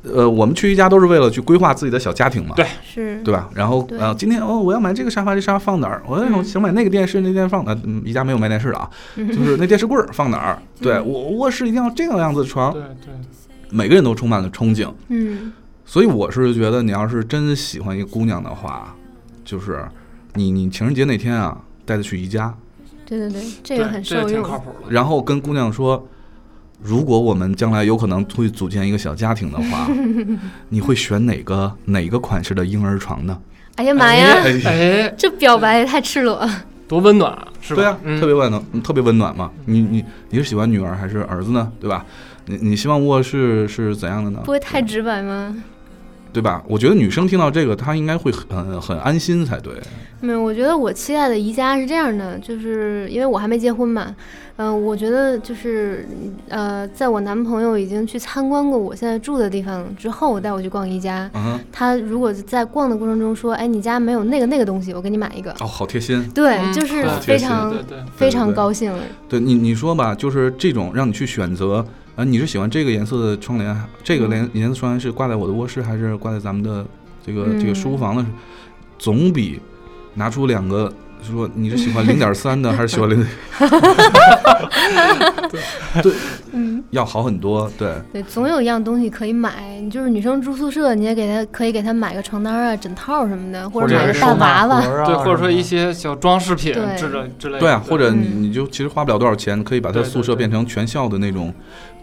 [SPEAKER 3] 呃，我们去宜家都是为了去规划自己的小家庭嘛。
[SPEAKER 6] 对
[SPEAKER 4] 是，
[SPEAKER 3] 对吧？然后
[SPEAKER 4] 对
[SPEAKER 3] 呃，今天哦，我要买这个沙发，这沙发放哪儿？我
[SPEAKER 4] 嗯
[SPEAKER 3] 我想买那个电视，那电视放哪儿？嗯，宜家没有卖电视的啊，就是那电视柜儿放哪儿？
[SPEAKER 4] 嗯
[SPEAKER 3] 对我卧室一定要这个样子的床
[SPEAKER 6] 对，对，
[SPEAKER 3] 每个人都充满了憧憬。
[SPEAKER 4] 嗯，
[SPEAKER 3] 所以我是觉得，你要是真喜欢一个姑娘的话，就是你你情人节那天啊，带她去宜家，
[SPEAKER 4] 对对对，这个
[SPEAKER 6] 对
[SPEAKER 4] 很
[SPEAKER 6] 这
[SPEAKER 4] 受
[SPEAKER 6] 挺靠
[SPEAKER 4] 用。
[SPEAKER 6] 谱的。
[SPEAKER 3] 然后跟姑娘说，如果我们将来有可能会组建一个小家庭的话，你会选哪个哪个款式的婴儿床呢？
[SPEAKER 4] 哎呀妈呀，
[SPEAKER 6] 哎，
[SPEAKER 4] 这表白也太赤裸了。
[SPEAKER 6] 多温暖啊，是吧？
[SPEAKER 3] 对啊，
[SPEAKER 6] 嗯
[SPEAKER 3] 特别温暖，特别温暖嘛。你你你是喜欢女儿还是儿子呢？对吧？你你希望卧室是怎样的呢
[SPEAKER 4] 不？会太直白吗？
[SPEAKER 3] 对吧？我觉得女生听到这个，她应该会很很安心才对。
[SPEAKER 4] 没有，我觉得我期待的宜家是这样的，就是因为我还没结婚嘛，嗯、我觉得就是呃，在我男朋友已经去参观过我现在住的地方之后，带我去逛宜家。
[SPEAKER 3] 嗯，
[SPEAKER 4] 他如果在逛的过程中说，哎，你家没有那个那个东西，我给你买一个，
[SPEAKER 3] 哦，好贴心。
[SPEAKER 4] 对，
[SPEAKER 6] 嗯
[SPEAKER 4] 就是
[SPEAKER 3] 好贴
[SPEAKER 4] 非
[SPEAKER 3] 心
[SPEAKER 4] 常
[SPEAKER 6] 对对对
[SPEAKER 4] 非
[SPEAKER 3] 对
[SPEAKER 4] 常
[SPEAKER 3] 对
[SPEAKER 4] 高兴。
[SPEAKER 3] 对你你说吧，就是这种让你去选择，啊、你是喜欢这个颜色的窗帘，这
[SPEAKER 6] 嗯
[SPEAKER 3] 个帘颜色窗帘是挂在我的卧室，还是挂在咱们的这个、这个
[SPEAKER 4] 嗯
[SPEAKER 3] 书房的？总比拿出两个说你是喜欢零点三的，还是喜欢零，对，要好很多。对，
[SPEAKER 4] 对，总有一样东西可以买，你就是女生住宿舍，你也给她可以给她买个床单啊、枕套什么的，或者买个
[SPEAKER 5] 是
[SPEAKER 4] 大
[SPEAKER 5] 收
[SPEAKER 4] 娃
[SPEAKER 5] 纳
[SPEAKER 4] 娃
[SPEAKER 5] 盒。啊
[SPEAKER 6] 对，或者
[SPEAKER 5] 什么
[SPEAKER 6] 说
[SPEAKER 5] 的
[SPEAKER 6] 一些小装饰品
[SPEAKER 4] 对
[SPEAKER 6] 之类之类的。
[SPEAKER 3] 对啊，或者你
[SPEAKER 4] 嗯
[SPEAKER 3] 你就其实花不了多少钱，可以把它
[SPEAKER 6] 对
[SPEAKER 3] 宿
[SPEAKER 6] 对
[SPEAKER 3] 舍
[SPEAKER 6] 对
[SPEAKER 3] 变成全校的那种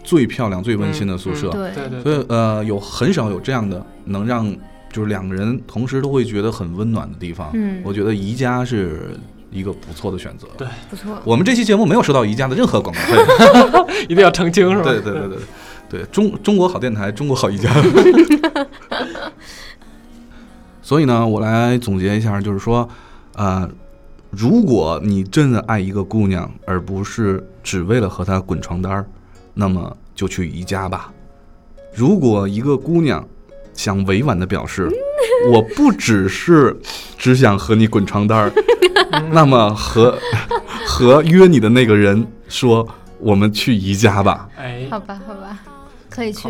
[SPEAKER 3] 最漂亮、最温馨的宿
[SPEAKER 6] 嗯
[SPEAKER 3] 舍。
[SPEAKER 4] 对
[SPEAKER 6] 对对
[SPEAKER 3] 所
[SPEAKER 6] 对
[SPEAKER 3] 以呃，有很少有这样的能让就是两个人同时都会觉得很温暖的地方。
[SPEAKER 4] 嗯
[SPEAKER 3] 我觉得宜家是一个不错的选择。
[SPEAKER 6] 对
[SPEAKER 4] 不错。
[SPEAKER 3] 我们这期节目没有收到宜家的任何广告费。
[SPEAKER 6] 一定要澄清是吧？
[SPEAKER 3] 对对对对对，中中国好电台，中国好 宜家。所以呢，我来总结一下，就是说，呃，如果你真的爱一个姑娘，而不是只为了和她滚床单儿，那么就去宜家吧。如果一个姑娘想委婉的 表示，我不只是只想和你滚床单儿， 那么和 和约你的那个人说，我们去宜家吧。
[SPEAKER 6] 哎，
[SPEAKER 4] 好吧，好吧，可以去。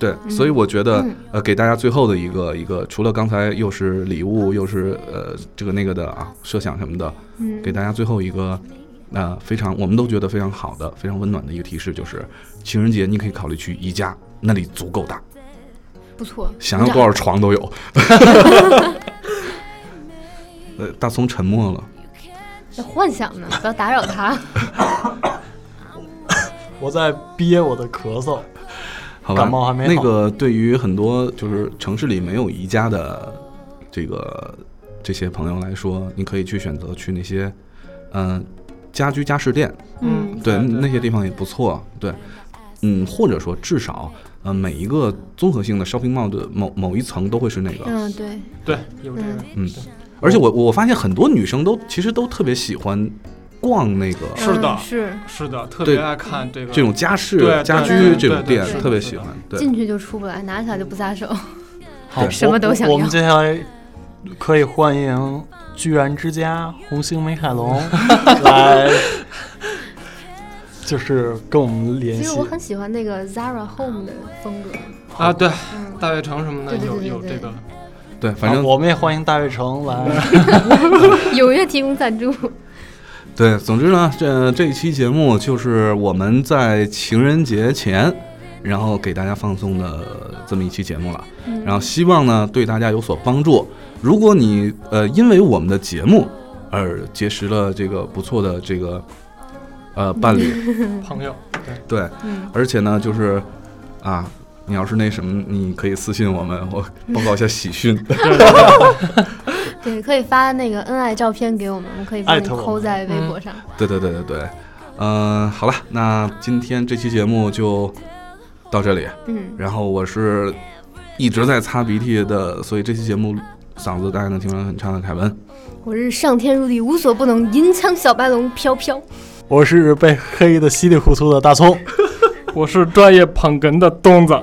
[SPEAKER 3] 对，所以我觉得，呃，给大家最后的一个一个，除了刚才又是礼物，又是呃这个那个的啊，设想什么的，
[SPEAKER 4] 嗯
[SPEAKER 3] 给大家最后一个，呃，非常我们都觉得非常好的、非常温暖的一个提示，就是情人节你可以考虑去宜家，那里足够大，
[SPEAKER 4] 不错。
[SPEAKER 3] 想要
[SPEAKER 4] 鼓
[SPEAKER 3] 多少
[SPEAKER 4] 掌
[SPEAKER 3] 床都有。 呃，大葱沉默了，
[SPEAKER 4] 在幻想呢，不要打扰他。
[SPEAKER 5] 我在憋我的咳嗽。
[SPEAKER 3] 好吧？
[SPEAKER 5] 感冒还没好
[SPEAKER 3] 那个对于很多就是城市里没有宜家的这个这些朋友来说，你可以去选择去那些嗯、呃家居家饰店，
[SPEAKER 4] 嗯，
[SPEAKER 3] 对那些地方也不错，对，嗯，或者说至少呃每一个综合性的 shopping mall 的某某一层都会是那个，
[SPEAKER 4] 嗯，对，
[SPEAKER 6] 对，有这个，
[SPEAKER 3] 嗯，而且我我发现很多女生都其实都特别喜欢逛那个
[SPEAKER 6] 是的
[SPEAKER 4] 嗯是
[SPEAKER 6] 是的，特
[SPEAKER 3] 对
[SPEAKER 6] 别爱看这个
[SPEAKER 3] 这种家饰
[SPEAKER 6] 对、对
[SPEAKER 3] 家居
[SPEAKER 4] 对
[SPEAKER 3] 这种
[SPEAKER 6] 对对
[SPEAKER 3] 店
[SPEAKER 4] 是，的
[SPEAKER 3] 特别
[SPEAKER 6] 是的
[SPEAKER 3] 喜欢，对。
[SPEAKER 4] 进去就出不来，拿起来就不撒手。
[SPEAKER 5] 好，
[SPEAKER 4] 什么都想要
[SPEAKER 5] 我我我们接下来可以欢迎居然之家、红星美凯 龙来，就是跟我们联
[SPEAKER 4] 其实
[SPEAKER 5] 系啊
[SPEAKER 4] 我。很喜欢那个 Zara Home 的风格。
[SPEAKER 6] 啊，对，
[SPEAKER 4] 嗯，
[SPEAKER 6] 大悦城什么的
[SPEAKER 4] 对对
[SPEAKER 6] 有
[SPEAKER 4] 对
[SPEAKER 6] 有
[SPEAKER 4] 对
[SPEAKER 6] 这个，
[SPEAKER 3] 对，反正
[SPEAKER 5] 好我们也欢迎大悦城来。
[SPEAKER 4] 踊跃提供赞助。
[SPEAKER 3] 对，总之呢，这呃这一期节目就是我们在情人节前，然后给大家放送的呃这么一期节目了。
[SPEAKER 4] 嗯
[SPEAKER 3] 然后希望呢对大家有所帮助。如果你呃因为我们的节目而结识了这个不错的这个呃伴 侣，
[SPEAKER 6] 朋友，
[SPEAKER 3] 对，
[SPEAKER 4] 嗯，
[SPEAKER 3] 而且呢就是啊，你要是那什么，你可以私信我们，我报告一下喜讯。
[SPEAKER 4] 对，可以发那个恩爱照片给我们，我们可以帮
[SPEAKER 5] 艾
[SPEAKER 4] 你
[SPEAKER 5] 特我们
[SPEAKER 4] 抠在微博上。
[SPEAKER 3] 对对对对对，嗯、好了，那今天这期节目就到这里。
[SPEAKER 4] 嗯，
[SPEAKER 3] 然后我是一直在擦鼻涕的，所以这期节目嗓子大家能听出来很差的凯文。
[SPEAKER 4] 我是上天入地无所不能，银枪小白龙飘飘。
[SPEAKER 5] 我是被黑的稀里糊涂的 大葱，
[SPEAKER 6] 我是专业捧哏的东子，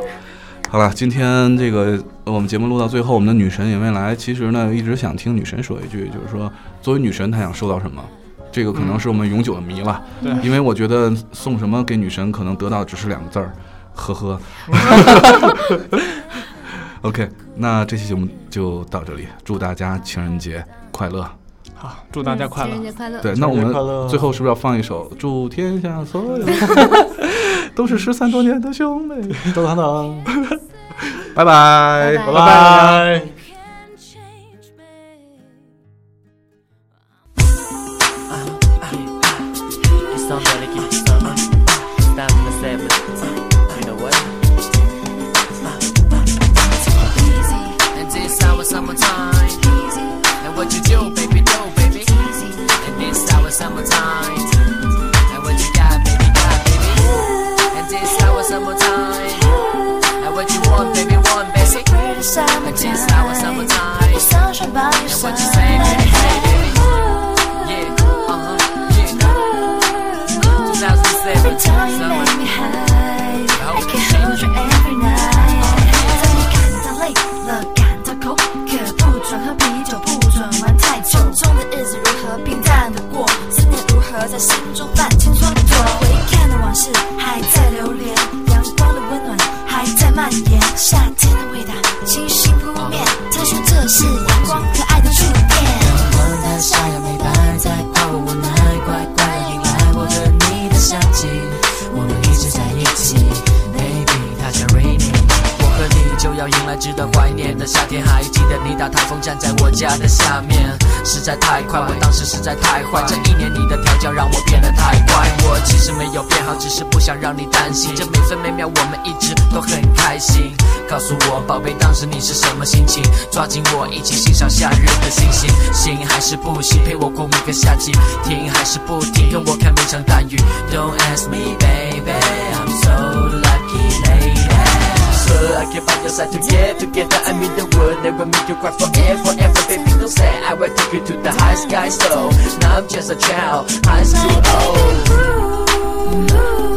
[SPEAKER 3] 好了，今天这个呃我们节目录到最后，我们的女神也没来。其实呢，一直想听女神说一句，就是说作为女神她想收到什么。这个可能是我们永久的谜了，
[SPEAKER 6] 对
[SPEAKER 3] 因为我觉得送什么给女神，可能得到只是两个字儿，呵呵。OK，那这期节目就到这里，祝大家情人节快乐。
[SPEAKER 6] 好，祝大家快
[SPEAKER 4] 情人
[SPEAKER 6] 乐，
[SPEAKER 4] 节快乐。
[SPEAKER 3] 对，那我
[SPEAKER 5] 快乐
[SPEAKER 3] 们最后是不是要放一首《祝天下所有 都是失散多年的兄妹》？
[SPEAKER 5] 噔噔噔，
[SPEAKER 3] 拜拜，
[SPEAKER 4] 拜拜
[SPEAKER 5] 拜拜。
[SPEAKER 7] can change me.
[SPEAKER 8] It's not gonna keep it up. Stop the seven. You know what? Easy. And this our summertime. And what you do, baby, do, baby. And this our summertime. And what you got, baby, got, baby. And this our summertime. And what you want, baby, want, baby.
[SPEAKER 7] Pretty
[SPEAKER 8] And this our
[SPEAKER 7] summertime.
[SPEAKER 8] summertime.
[SPEAKER 7] Sunshine by your
[SPEAKER 8] And what
[SPEAKER 7] side.
[SPEAKER 8] you say, baby, say, baby. Yeah, uh huh, yeah. 2007
[SPEAKER 7] Every time you
[SPEAKER 8] summer.
[SPEAKER 7] make me high, I can hold you every night. 在你感到累了，感到口渴，不准喝啤酒，不准玩太久。中的日子如何平淡的过？思念如何在心中泛起蹉跎？回看的往事还在流连，阳光的温暖还在蔓延，夏天的味道清新扑面。他说这是阳光可爱的触电。
[SPEAKER 8] 光太晒了美白，再跨过我来，乖乖迎来我和你的夏季。我们一直在一起，Baby，它叫 Rainy。我和你就要迎来值得怀念的夏天，还记得你打台风站在我家的下面，实在太快，我当时实在太坏。这一年你的调教让我变得太乖，我其实没有变好，只是不想让你担心。这每分每秒我们一直都很开心。告诉我，宝贝，当时你是什么心情？抓紧我，一起欣赏夏日的星星。行还是不行？陪我过每个夏季，停还是不停？跟我看每场大雨。Don't ask me, baby, I'm so lucky, lady. Sure, I can find your side to get together. I mean, the world never make you cry forever, forever, baby. Don't say I will take you to the high sky. So now I'm just a child, high school old.
[SPEAKER 7] Ooh, ooh,